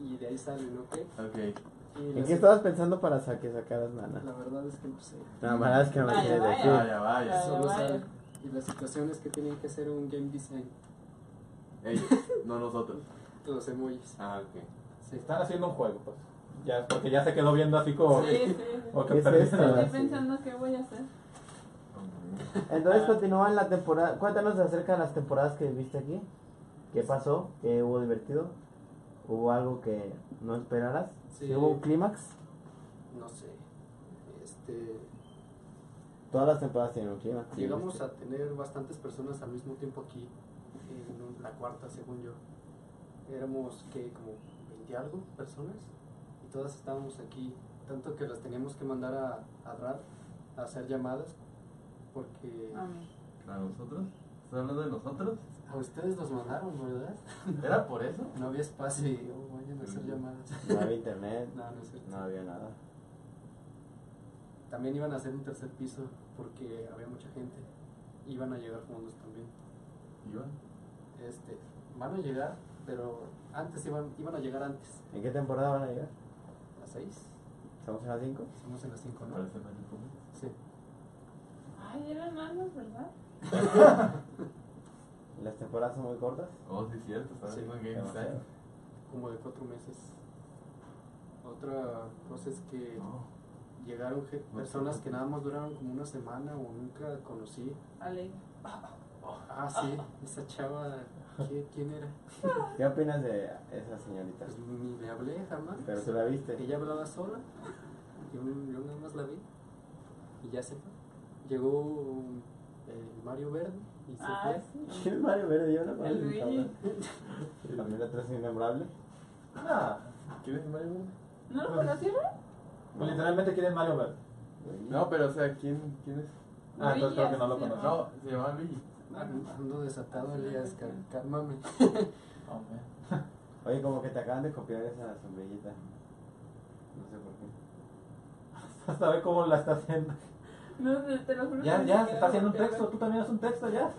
S2: y de ahí salen, ¿ok?
S5: Ok.
S2: Y
S3: ¿En
S2: la-
S3: qué estabas pensando para sa- que sacaras nana?
S2: La verdad es que no sé.
S3: La verdad es que no me
S4: Vaya,
S3: quieres
S4: vaya.
S3: decir.
S5: Vaya, vaya.
S4: Vaya,
S2: Solo
S4: vaya.
S2: saben. Y la situación es que tienen que hacer un game design.
S5: Ellos, no nosotros.
S2: Los emojis.
S5: Ah, ok.
S2: Sí.
S7: Están haciendo un juego, pues. Ya, porque ya se quedó viendo así como.
S4: Sí, sí.
S7: como que
S3: ¿Qué es
S7: perdiste
S3: esto?
S7: la-
S4: Estoy pensando qué voy a hacer.
S3: Entonces continúan la temporada. Cuéntanos acerca de las temporadas que viste aquí. ¿Qué pasó? ¿Qué hubo divertido? ¿Hubo algo que no esperaras?
S2: Sí.
S3: ¿Sí ¿Hubo un clímax?
S2: No sé. Este.
S3: Todas las temporadas tienen un clima. Sí,
S2: Llegamos
S3: este,
S2: a tener bastantes personas al mismo tiempo aquí, en un- la cuarta, según yo. Éramos que como 20 algo personas y todas estábamos aquí, tanto que las teníamos que mandar a, a Rad a hacer llamadas porque
S4: A mí.
S5: ¿A nosotros? ¿Estás hablando de nosotros?
S2: a ustedes los mandaron, ¿verdad?
S5: ¿Era por eso?
S2: No había espacio y oh, vayan a hacer llamadas.
S3: No había internet,
S2: No, no es cierto.
S3: no había nada.
S2: También iban a hacer un tercer piso porque había mucha gente. Iban a llegar fondos también.
S5: Iba.
S2: Este, van a llegar, pero antes iban, iban a llegar antes,
S3: ¿En qué temporada van a llegar?
S2: a las 6.
S3: ¿Estamos en las 5?
S2: Estamos en las 5, ¿no?
S5: Parece Mario Gómez.
S2: Sí.
S4: Ay, eran malos, ¿verdad?
S3: Las temporadas son muy cortas.
S5: Oh, sí, cierto, estaba
S2: Sí,
S5: haciendo Game
S3: demasiado.
S5: Time.
S2: Como de 4 meses. Otra cosa es que
S5: Oh,
S2: llegaron ge- personas que nada más duraron como una semana o nunca conocí.
S4: Ale.
S2: Ah, sí, esa chava, ¿qué- ¿quién era?
S3: ¿Qué opinas de esa señorita?
S2: Pues ni le hablé jamás.
S3: Pero tú la viste.
S2: Ella hablaba sola. Yo, yo nada más la vi. Y ya se fue. Llegó el Mario Verde y se
S4: Ah,
S2: fue.
S4: sí.
S3: ¿Quién es Mario Verde? Yo la
S4: El Luigi.
S3: También la traes innombrable.
S5: Ah, ¿quieres Mario Gómez?
S4: ¿No lo conocieron?
S3: No.
S7: Pues, Literalmente quieren Mario Verde.
S5: No, pero o sea, ¿quién, quién es?
S7: Ah, entonces creo que
S4: Luigi,
S7: no lo
S4: así se llama.
S7: conozco.
S5: No, se llamaba Luigi.
S2: Ando Ah, ando desatado, Elías, cal- cálmame.
S7: Hombre.
S3: Oye, como que te acaban de copiar esa sombrillita. No sé por qué.
S7: Hasta ve cómo la está haciendo.
S4: No, te, te lo juro.
S7: Ya,
S4: que
S7: ya,
S4: ni
S7: se
S4: siquiera
S7: está haciendo un
S4: volteé a
S7: texto.
S4: ver.
S7: Tú también haces un texto, ya.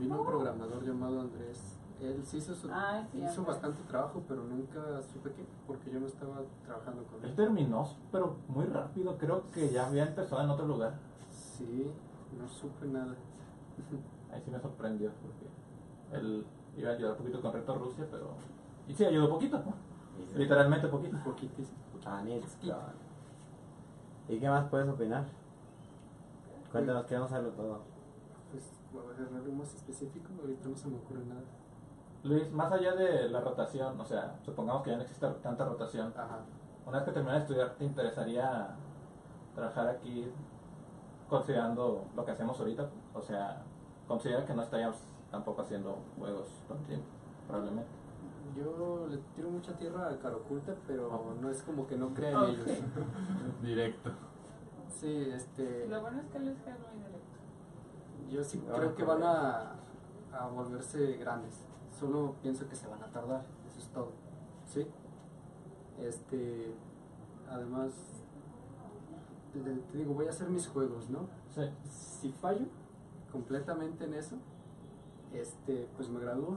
S2: Vino un programador llamado Andrés. Él sí hizo, su-
S4: Ay, Ah, sí,
S2: hizo
S4: Andrés.
S2: bastante trabajo, pero nunca supe qué, porque yo no estaba trabajando con
S7: Él
S2: él.
S7: terminó, pero muy rápido. Creo que ya había empezado en otro lugar.
S2: Sí, no supe nada.
S7: Ahí sí me sorprendió porque él iba a ayudar un poquito con Reto Rusia, pero. Y sí, ayudó poquito. ¿no? Literalmente poquito.
S2: Poquitísimo.
S3: Anilston. ¿Y qué más puedes opinar? Cuéntanos, queremos saberlo todo.
S2: Pues, a ver, algo más específico, ahorita no se me ocurre nada.
S7: Luis, más allá de la rotación, o sea, supongamos que ya no existe tanta rotación.
S2: Ajá.
S7: Una vez que termines de estudiar, ¿te interesaría trabajar aquí considerando lo que hacemos ahorita? O sea, considera que no estaríamos tampoco haciendo juegos todo el tiempo, probablemente.
S2: Yo le tiro mucha tierra a Cara Oculta, pero no es como que no crea en ellos.
S5: Directo.
S2: Sí, este.
S4: Lo bueno es que Luis es muy directo.
S2: Yo sí
S3: No,
S2: creo que
S3: no.
S2: van a, a volverse grandes. Solo pienso que se van a tardar. Eso es todo. ¿Sí? Este. Además. Te, te digo, voy a hacer mis juegos, ¿no?
S7: Sí.
S2: Si fallo completamente en eso, este, pues me gradúo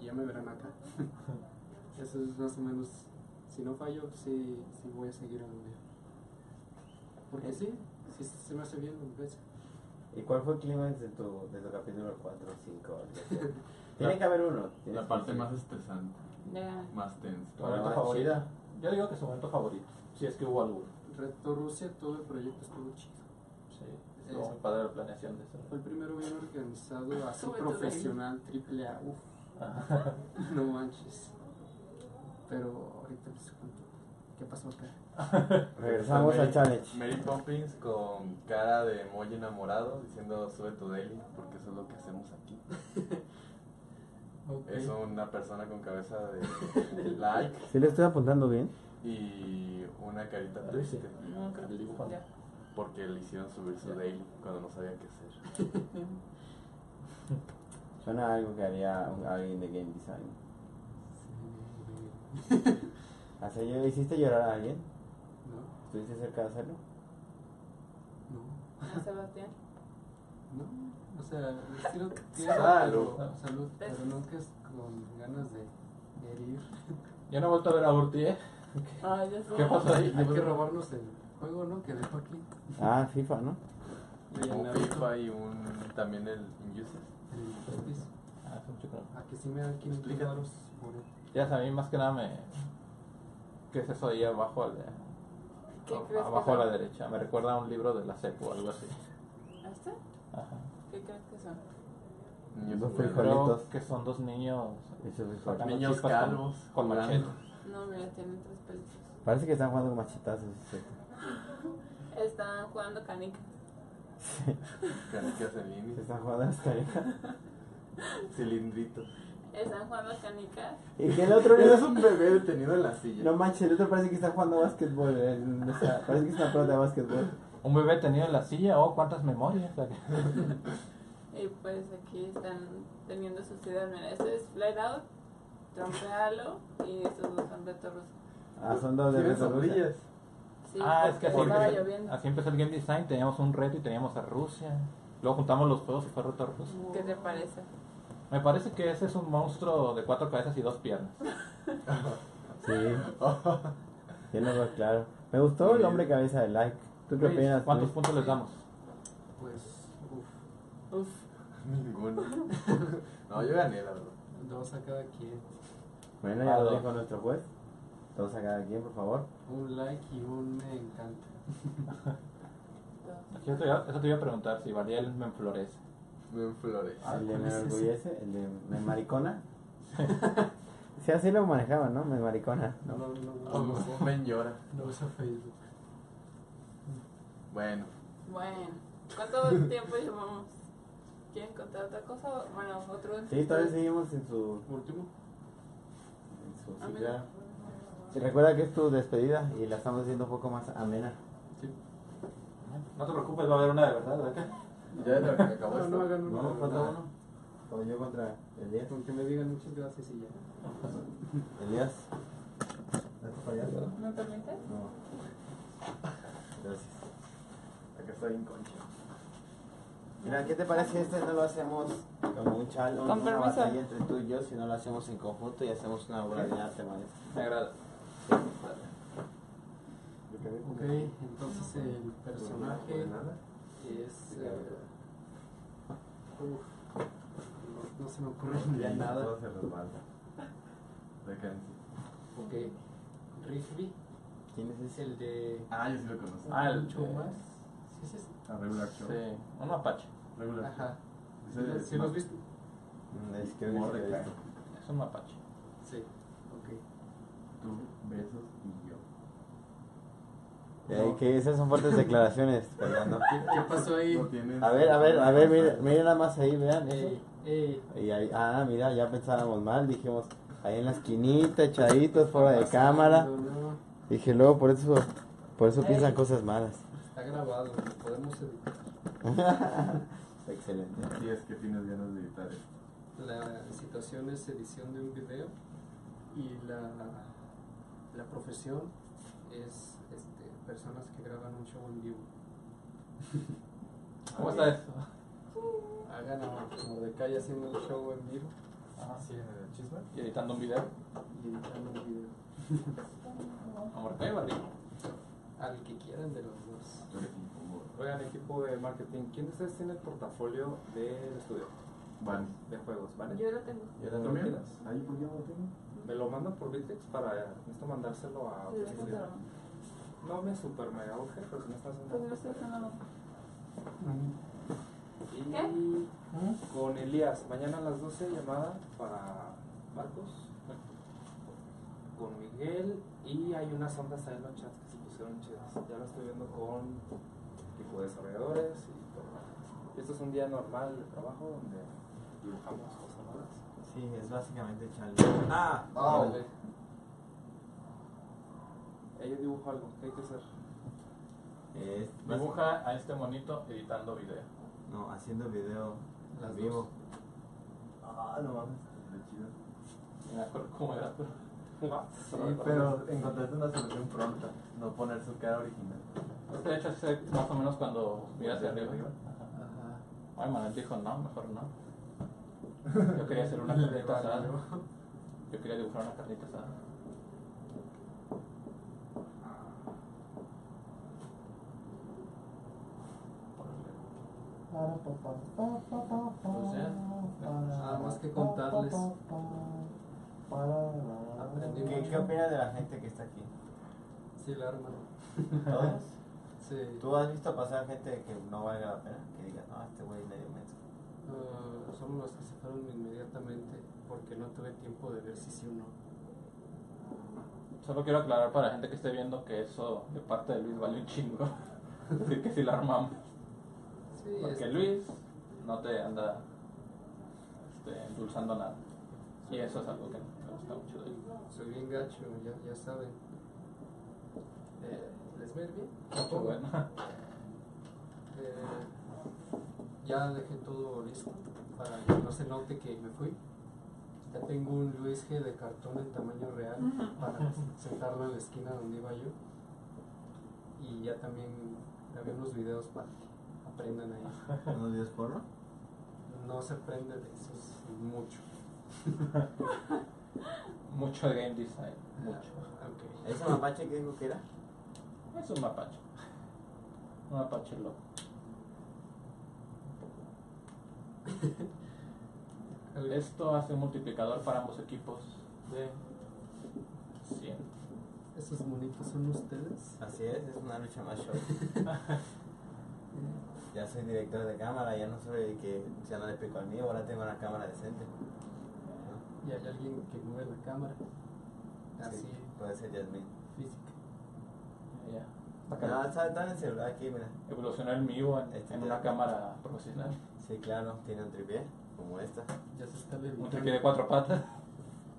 S2: y ya me verán acá. eso es más o menos. Si no fallo, sí, sí voy a seguir en el día. Porque sí, sí se me hace bien, me parece.
S3: ¿Y cuál fue el clímax de tu, de tu capítulo 4 o 5? Tiene que haber uno. Tienes
S5: La
S3: que
S5: parte
S3: decir.
S5: más estresante,
S4: Ya.
S5: más tensa.
S7: ¿Tu
S3: Ahora
S7: momento
S3: va,
S7: favorito?
S3: chida.
S7: Yo digo que su momento favorito, si es que hubo alguno.
S2: Reto Rusia, todo el proyecto estuvo chido.
S7: Sí.
S2: Es-
S7: Estuvo muy padre la planeación de eso.
S2: Fue el primero bien organizado, así
S4: Sube tu
S2: profesional, triple A, uff, no manches. Pero ahorita les cuento qué pasó acá.
S3: Regresamos al challenge.
S5: Mary Poppins con cara de emoji enamorado diciendo sube tu daily porque eso es lo que hacemos aquí. Es una persona con cabeza de like
S3: ¿Sí le estoy apuntando bien?
S5: y una carita
S7: Luis, sí.
S5: triste Ah,
S4: No, creo
S7: El dibujo.
S4: que ya.
S5: porque le hicieron subir su daily cuando no sabía qué hacer.
S3: Suena a algo que haría un- alguien de game design. ¿Hace, yo- ¿Hiciste llorar a alguien?
S2: No,
S3: ¿Estuviste cerca de hacerlo?
S2: no,
S4: A Sebastián.
S2: no. O sea, les tiro tierra,
S5: Salud.
S2: pero, salud, pero nunca es con ganas de herir.
S7: Yo no he vuelto a ver a Urti, ¿eh?
S4: Ay, ya sé.
S7: ¿Qué pasó ahí?
S2: Hay que robarnos el juego, ¿no? Que dejó aquí.
S3: Ah, FIFA, ¿no?
S2: Y el
S5: Un
S2: Naruto,
S5: FIFA y un también el Injustice.
S2: el Tetris.
S7: Ah, es un chico.
S2: A que sí me dan 500
S5: Explícanos.
S2: varos por él.
S7: Ya sabes, a mí más que nada me... ¿Qué es eso ahí abajo? al-
S4: ¿Qué
S7: a-
S4: crees que
S7: abajo a la
S4: son?
S7: derecha. Me recuerda a un libro de la SEPU o algo así.
S4: ¿Este?
S7: Ajá.
S4: ¿Qué crees que son?
S5: Niños
S3: Dos
S5: jugando.
S3: frijoles. Frijolitos.
S7: Creo que son dos niños eh,
S3: Eso es
S7: sacando
S3: FIFA.
S5: Niños
S7: chispas
S5: calvos.
S7: con, con machete.
S4: No, mira, tienen tres pelitos.
S3: Parece que están jugando con machetazos. es cierto.
S4: Están jugando canicas.
S5: Canicas en línea.
S3: Están jugando las canicas.
S5: Cilindritos.
S4: Están jugando canicas.
S3: Y que el otro
S5: Eres un bebé detenido en la silla.
S3: No manches, el otro parece que está jugando básquetbol. eh, en esa- parece que es una pelota de básquetbol.
S7: Un bebé tenido en la silla, oh, cuántas memorias.
S4: Y pues aquí están teniendo sus ideas. Mira, este es Flight Out, Trompealo y estos dos son Beto Russo.
S3: Ah, son dos de
S5: Tienen
S3: Beto Russo.
S5: sombrillas.
S4: Sí,
S7: ah, es que así
S4: porque estaba
S7: empezó,
S4: lloviendo.
S7: así empezó el game design, teníamos un reto y teníamos a Rusia. Luego juntamos los juegos y fue reto a Rusia.
S4: ¿Qué te parece?
S7: Me parece que ese es un monstruo de cuatro cabezas y dos piernas.
S3: Sí.
S5: Oh,
S3: Yo lo veo claro. Me gustó el hombre cabeza de like. ¿Tú qué
S7: Luis,
S3: opinas?
S7: ¿Cuántos
S3: Luis?
S7: puntos les damos?
S2: Pues, uff,
S4: Uf,
S5: Ninguno. No, yo gané, la verdad.
S2: dos a cada quien.
S3: Bueno, ya
S7: Ah,
S3: lo
S7: dos.
S3: dijo nuestro juez. Todos a cada quien, por favor.
S2: Un like y un me encanta.
S4: dos.
S7: Yo te iba- eso te iba a preguntar si Valiel me enflorece.
S5: Me enfloré.
S2: Ah,
S3: el de
S2: ¿cuál
S3: me
S2: es ese?
S3: enorgullece, el de me maricona. sí, así lo manejaban, ¿no? Me maricona.
S2: No,
S3: ¿no?
S2: no, no,
S5: Oh,
S2: no, sé.
S5: me llora.
S2: no uso Facebook.
S5: Bueno,
S4: Bueno, ¿cuánto tiempo llevamos? ¿Quieren contar otra cosa? Bueno, otro.
S3: Sí, todavía seguimos en su,
S2: Último.
S3: en su
S4: Ah,
S3: cita.
S4: mira.
S3: Y recuerda que es tu despedida y la estamos haciendo un poco más amena.
S7: No te preocupes, va a haber una de verdad de acá.
S5: ya lo que acabó
S2: No, no
S5: esto.
S2: hagan uno.
S3: No, falta
S2: no.
S3: uno. O yo contra Elías.
S2: Con que me digan muchas gracias y ya.
S3: Elías. ¿Estás fallando?
S4: ¿No te metes?
S3: No. Gracias.
S5: Acá está bien concha.
S3: Mira, ¿qué te parece este? No lo hacemos como un challenge,
S12: Con
S3: una
S12: permiso.
S3: batalla entre tú y yo, sino lo hacemos en conjunto y hacemos una obra de arte, ¿vale?
S7: Me agrada.
S2: Ok, entonces el personaje
S5: Nada.
S2: es. eh, uf, no, no se me ocurre ya nada.
S5: Todo se resbala. Déjense.
S2: Ok, Rigby
S3: ¿Quién es este?
S2: es
S3: ese?
S2: el de.
S5: Ah, yo sí lo conozco.
S7: Ah, el
S2: Chumas. ¿Sí es ese?
S5: A regular show.
S7: Sí, un apache.
S5: Regular
S2: Ajá.
S5: show.
S2: ¿Sí lo has visto?
S3: Mm, Es que no
S5: Mordecai.
S7: Es un mapache.
S2: Sí. Ok.
S5: Tú, besos y yo.
S3: Eh, que esas son fuertes declaraciones, Fernando.
S2: ¿Qué pasó ahí?
S5: No tienes-
S3: A ver, a ver, a ver, miren, miren nada más ahí, vean. eso.
S2: Ey, ey.
S3: Y ahí, ah, mira, ya pensábamos mal, dijimos, ahí en la esquinita, echaditos, fuera de cámara.
S2: No, no,
S3: Dije, luego, por eso, por eso
S4: Ey.
S3: piensan cosas malas.
S2: está grabado, lo podemos editar.
S3: Excelente.
S5: Si es que tienes ganas de editar esto.
S2: La situación es edición de un video y la, la profesión es este, personas que graban un show en vivo.
S7: ¿Cómo está eso?
S2: Hagan a Mordecai haciendo un show en vivo
S7: Ah, sí.
S5: ¿Chisme?
S7: Y editando un video.
S2: y editando un video.
S7: Amor, ¿qué barrio?
S2: Al que quieran de los dos.
S5: Tú eres incómodo.
S1: Oigan, equipo de marketing, ¿quién de ustedes tiene el portafolio del estudio
S5: Vale.
S1: de juegos? ¿Vale?
S12: Yo lo tengo.
S5: ¿Ya
S1: ¿Tú
S5: también?
S1: tienes?
S5: Ahí por qué no lo tengo.
S1: Me lo mandan por Bitex para necesito mandárselo a
S12: Sí, lo tengo.
S1: No me super mega urge, pero si no estás en
S12: Pues no estoy usando.
S1: Y con Elías, mañana a las 12 llamada para Marcos, con Miguel y hay unas ondas ahí en los chats que se pusieron chidas. Ya lo estoy viendo con equipo de desarrolladores y todo. Esto es un día normal de trabajo donde dibujamos cosas nuevas.
S3: Sí, es básicamente challenge. Ah,
S2: Vale.
S1: Eh, Yo dibujo algo, ¿qué hay que hacer?
S3: Es,
S7: Dibuja a este monito editando video.
S3: no, haciendo video
S2: Las
S3: en vivo.
S5: Ah, no mames. Está chido.
S7: Me acuerdo cómo era, pero.
S5: Sí, pero encontraste una solución pronta. No poner su cara original.
S7: Pues, De hecho, es más o menos cuando mira hacia arriba.
S5: Arriba.
S7: Ajá.
S2: Ajá.
S7: Ay, Manuel dijo, no, mejor no. Yo quería hacer una carnita asada. Yo quería dibujar una carnita asada. Pues ya.
S2: Nada más que contarles. Aprendí
S3: ¿Qué, ¿Qué
S2: mucho.
S3: opinas de la gente que está aquí?
S2: Sí, la arma.
S3: ¿Todos?
S2: Sí.
S3: ¿Tú has visto pasar gente que no valga la pena? Que digas, no, este güey es medio menso.
S2: Ah, son los que se fueron inmediatamente porque no tuve tiempo de ver si sí o no.
S7: Solo quiero aclarar para la gente que esté viendo que eso de parte de Luis vale un chingo. Decir que si la armamos.
S2: Sí, Sí,
S7: Porque
S2: este,
S7: Luis no te anda este, endulzando nada. Y eso es algo que me gusta mucho de él.
S2: Soy bien gacho, ya, ya saben. Eh, ¿Les va a ir bien?
S7: Mucho bueno.
S2: Eh, ya dejé todo listo para que no se note que me fui. Ya tengo un Luis G de cartón en tamaño real para sentarlo en la esquina donde iba yo. Y ya también grabé unos videos para que aprendan ahí.
S3: ¿Unos días porno?
S2: No se aprende de esos mucho. Ah,
S7: Mucho de game design. Mucho.
S2: Ok.
S3: ¿Ese mapache que dijo que era?
S7: Es un mapache. Un mapache loco. Esto hace un multiplicador para ambos equipos de 100.
S2: ¿Esos monitos son ustedes?
S3: Así es, es una lucha más show. ya soy director de cámara, ya no soy el que ya no le pico al mío, ahora tengo una cámara decente.
S2: Y hay alguien que mueve la cámara.
S7: Ah,
S2: Así,
S3: Sí, puede ser Yasmin.
S2: física.
S7: Ya.
S3: No, está, está en el celular aquí, mira.
S7: Evolucionó el mío en,
S3: Este
S7: en
S3: ya-
S7: una cámara profesional.
S3: Sí, claro, tiene un tripié, como esta.
S2: Ya se está
S7: Un
S2: levitando.
S7: tripié de cuatro patas.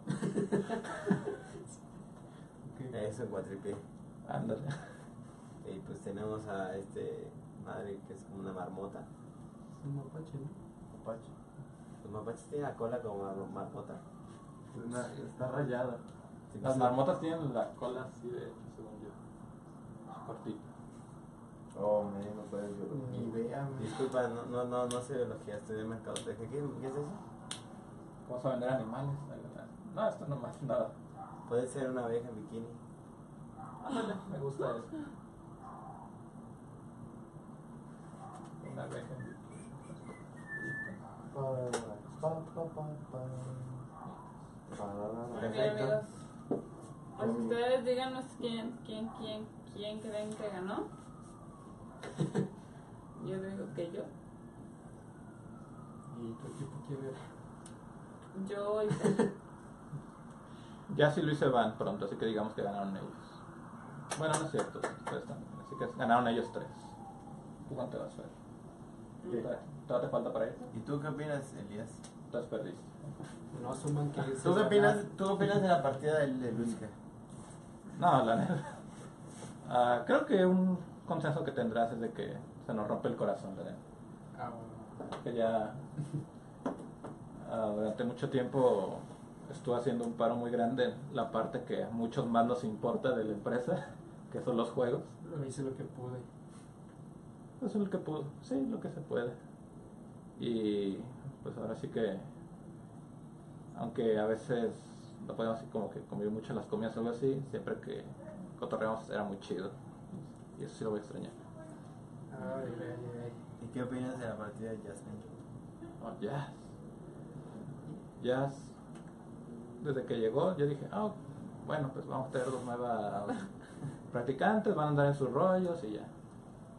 S2: Ok.
S3: Es un cuatripié.
S7: Ándale.
S3: Y pues tenemos a este madre que es como una marmota.
S2: Es un mapache, ¿no?
S3: Mapache. Los mapaches tienen la cola como mar- marmota.
S5: Una- está rayada.
S3: Sí,
S7: Las
S3: sí.
S7: marmotas tienen la cola así de hecho, según yo. Cortita.
S5: Oh, man, no sabes
S2: Ni
S5: biología.
S2: idea, güey.
S3: Disculpa, no, no, no, no sé biología, estoy de mercadotecnia. ¿Qué, ¿Qué es eso?
S7: Vamos a vender animales. No, esto no más nada.
S3: Puede ser una abeja en bikini.
S7: Ándale, me gusta eso. Una abeja.
S5: Pa, pa, pa, pa, pa. Pa, la, la, la.
S4: Muy bien, amigos. Pues ustedes díganos quién, quién, quién, quién creen que ganó. Yo digo que yo.
S2: ¿Y tu equipo quién era?
S4: Yo y Fer.
S7: Ya si Luis se van pronto, así que digamos que ganaron ellos. Bueno, no es cierto, ustedes también. Así que ganaron ellos tres. ¿Tú cuánto vas a ver? ¿Todavía- ¿Todavía te falta para irte?
S3: ¿Y tú qué opinas, Elías?
S7: Entonces perdiste.
S2: No asuman que es
S3: ¿Tú qué
S2: ganar.
S3: opinas, tú qué opinas de la partida del- de Luisca?
S7: No, la neta. Ah, creo que un consenso que tendrás es de que se nos rompe el corazón, la neta.
S2: Ah, bueno.
S7: que ya ah, durante mucho tiempo estuve haciendo un paro muy grande en la parte que a muchos más nos importa de la empresa, que son los juegos.
S2: Lo hice lo que pude.
S7: Eso Pues, es lo que pudo, sí, lo que se puede. Y pues ahora sí que, aunque a veces no podemos así como que convivir mucho en las comidas o algo así, siempre que cotorreamos era muy chido. Y eso sí lo voy a extrañar.
S2: Ay, ay, ay.
S3: ¿Y qué opinas de la partida de Jasmine?
S7: Oh, jazz. Jazz. Desde que llegó, yo dije, ah, bueno, pues vamos a tener dos nuevas practicantes, van a andar en sus rollos y ya.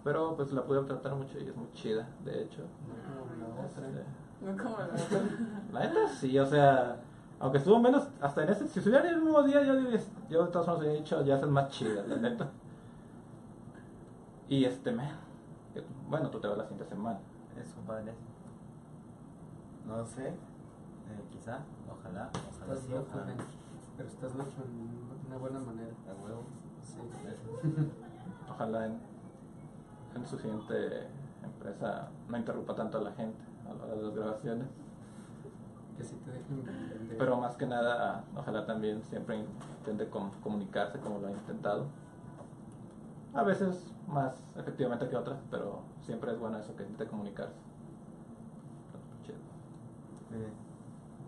S7: Pero pues la pude tratar mucho y es muy chida, de hecho.
S2: No, como la otra.
S7: Este,
S4: No como la otra.
S7: la neta, sí, o sea, aunque estuvo menos, hasta en ese, si estuviera el mismo día, yo, diría- yo de todas formas hubiera dicho, ya es más chida, la neta. Y este, man, que- bueno, tú te vas la siguiente semana.
S3: ¿Es compadre? No sé, eh, quizá, ojalá, ojalá
S2: Estás
S3: sí,
S2: loco,
S3: ojalá.
S2: men. Pero estás loco en una buena manera.
S3: A huevo.
S2: Sí.
S7: Ojalá en, en su siguiente empresa no interrumpa tanto a la gente a la hora de las grabaciones.
S2: Que si te dejen vender.
S7: Pero más que nada, ojalá también siempre intente com- comunicarse como lo ha intentado. A veces más efectivamente que otras, pero siempre es bueno eso que intente comunicarse. Chido.
S3: Muy bien.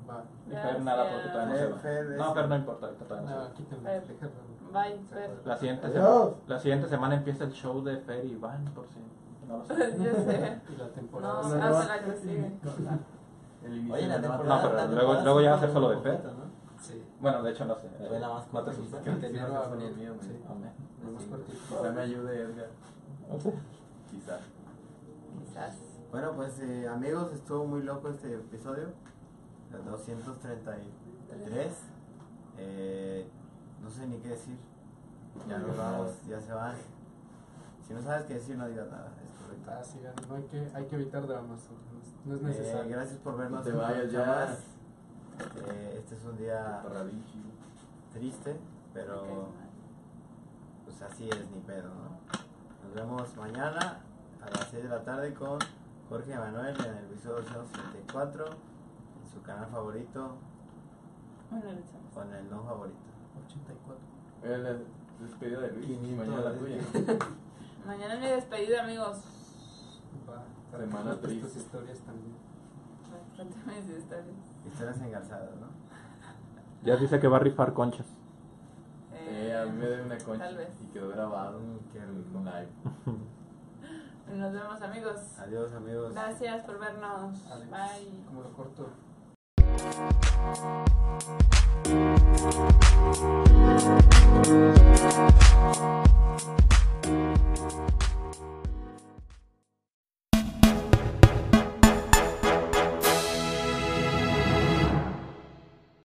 S2: Va.
S7: Y Fer nada porque todavía no se va.
S3: Fer, este. Fer,
S7: No,
S3: es-
S7: Fer no importa, ahorita todavía no
S2: No,
S7: se va.
S2: quítame.
S4: Eh,
S2: Déjalo.
S4: Bye, Fer.
S7: La siguiente, semana,
S13: Adiós.
S7: la siguiente semana empieza el show de Fer y Van, por si no lo saben.
S4: pues, Yo sé.
S2: Y la
S4: No,
S2: temporada.
S4: hasta la que sigue.
S3: Oye, la temporada.
S7: No, pero
S3: la
S7: luego-
S3: temporada
S7: luego ya va a
S3: sí
S7: ser solo de
S3: completo,
S7: Fer.
S3: ¿no?
S2: Sí.
S7: Bueno, de hecho no sé.
S3: Fue la más
S7: No te
S3: corta,
S7: asustes.
S3: quizá.
S2: que
S3: Sí,
S2: no
S3: no
S2: va a
S3: se ponía
S2: abrir.
S3: mío,
S2: Sí.
S3: men.
S7: Amén.
S2: Lo más
S3: Sí.
S2: cortito.
S5: Quizá me ayude Edgar. Quizá.
S4: Quizás.
S3: Bueno, pues eh, amigos, estuvo muy loco este episodio. El 233. Eh, no sé ni qué decir. Ya nos vamos, ya se van. Si no sabes qué decir, no digas nada. Esto
S5: correcto.
S2: Ah, sí, no hay que, hay que evitar dramas. no- No es
S3: Eh,
S2: necesario.
S3: gracias por vernos.
S5: No te
S3: una
S5: vayas
S3: noche
S5: ya.
S3: más. Eh, este es un día
S5: Para Vinci.
S3: triste, pero pues así es, ni pedo, ¿no? Nos vemos mañana a las 6 de la tarde con Jorge Manuel en el episodio 274, en su canal favorito,
S11: Bueno, le echamos.
S3: con el no favorito.
S2: 84.
S5: Era Eh, la despedida de Luis.
S3: Quinientos
S5: Mañana la tuya.
S3: veinte.
S4: Mañana es mi despedida, amigos.
S2: Va.
S5: Semana
S2: Comparte
S5: triste.
S2: tus historias también.
S4: Cuéntame mis historias.
S3: Historias engarzadas, ¿no?
S7: Ya dice que va a rifar conchas.
S5: Eh, a mí me dio una concha.
S4: Tal vez.
S5: Y quedó grabado
S3: Mm, qué
S5: en
S3: rico.
S5: un live.
S4: Nos vemos, amigos.
S3: Adiós, amigos.
S4: Gracias por vernos.
S2: Adiós.
S4: Bye.
S2: Como lo corto.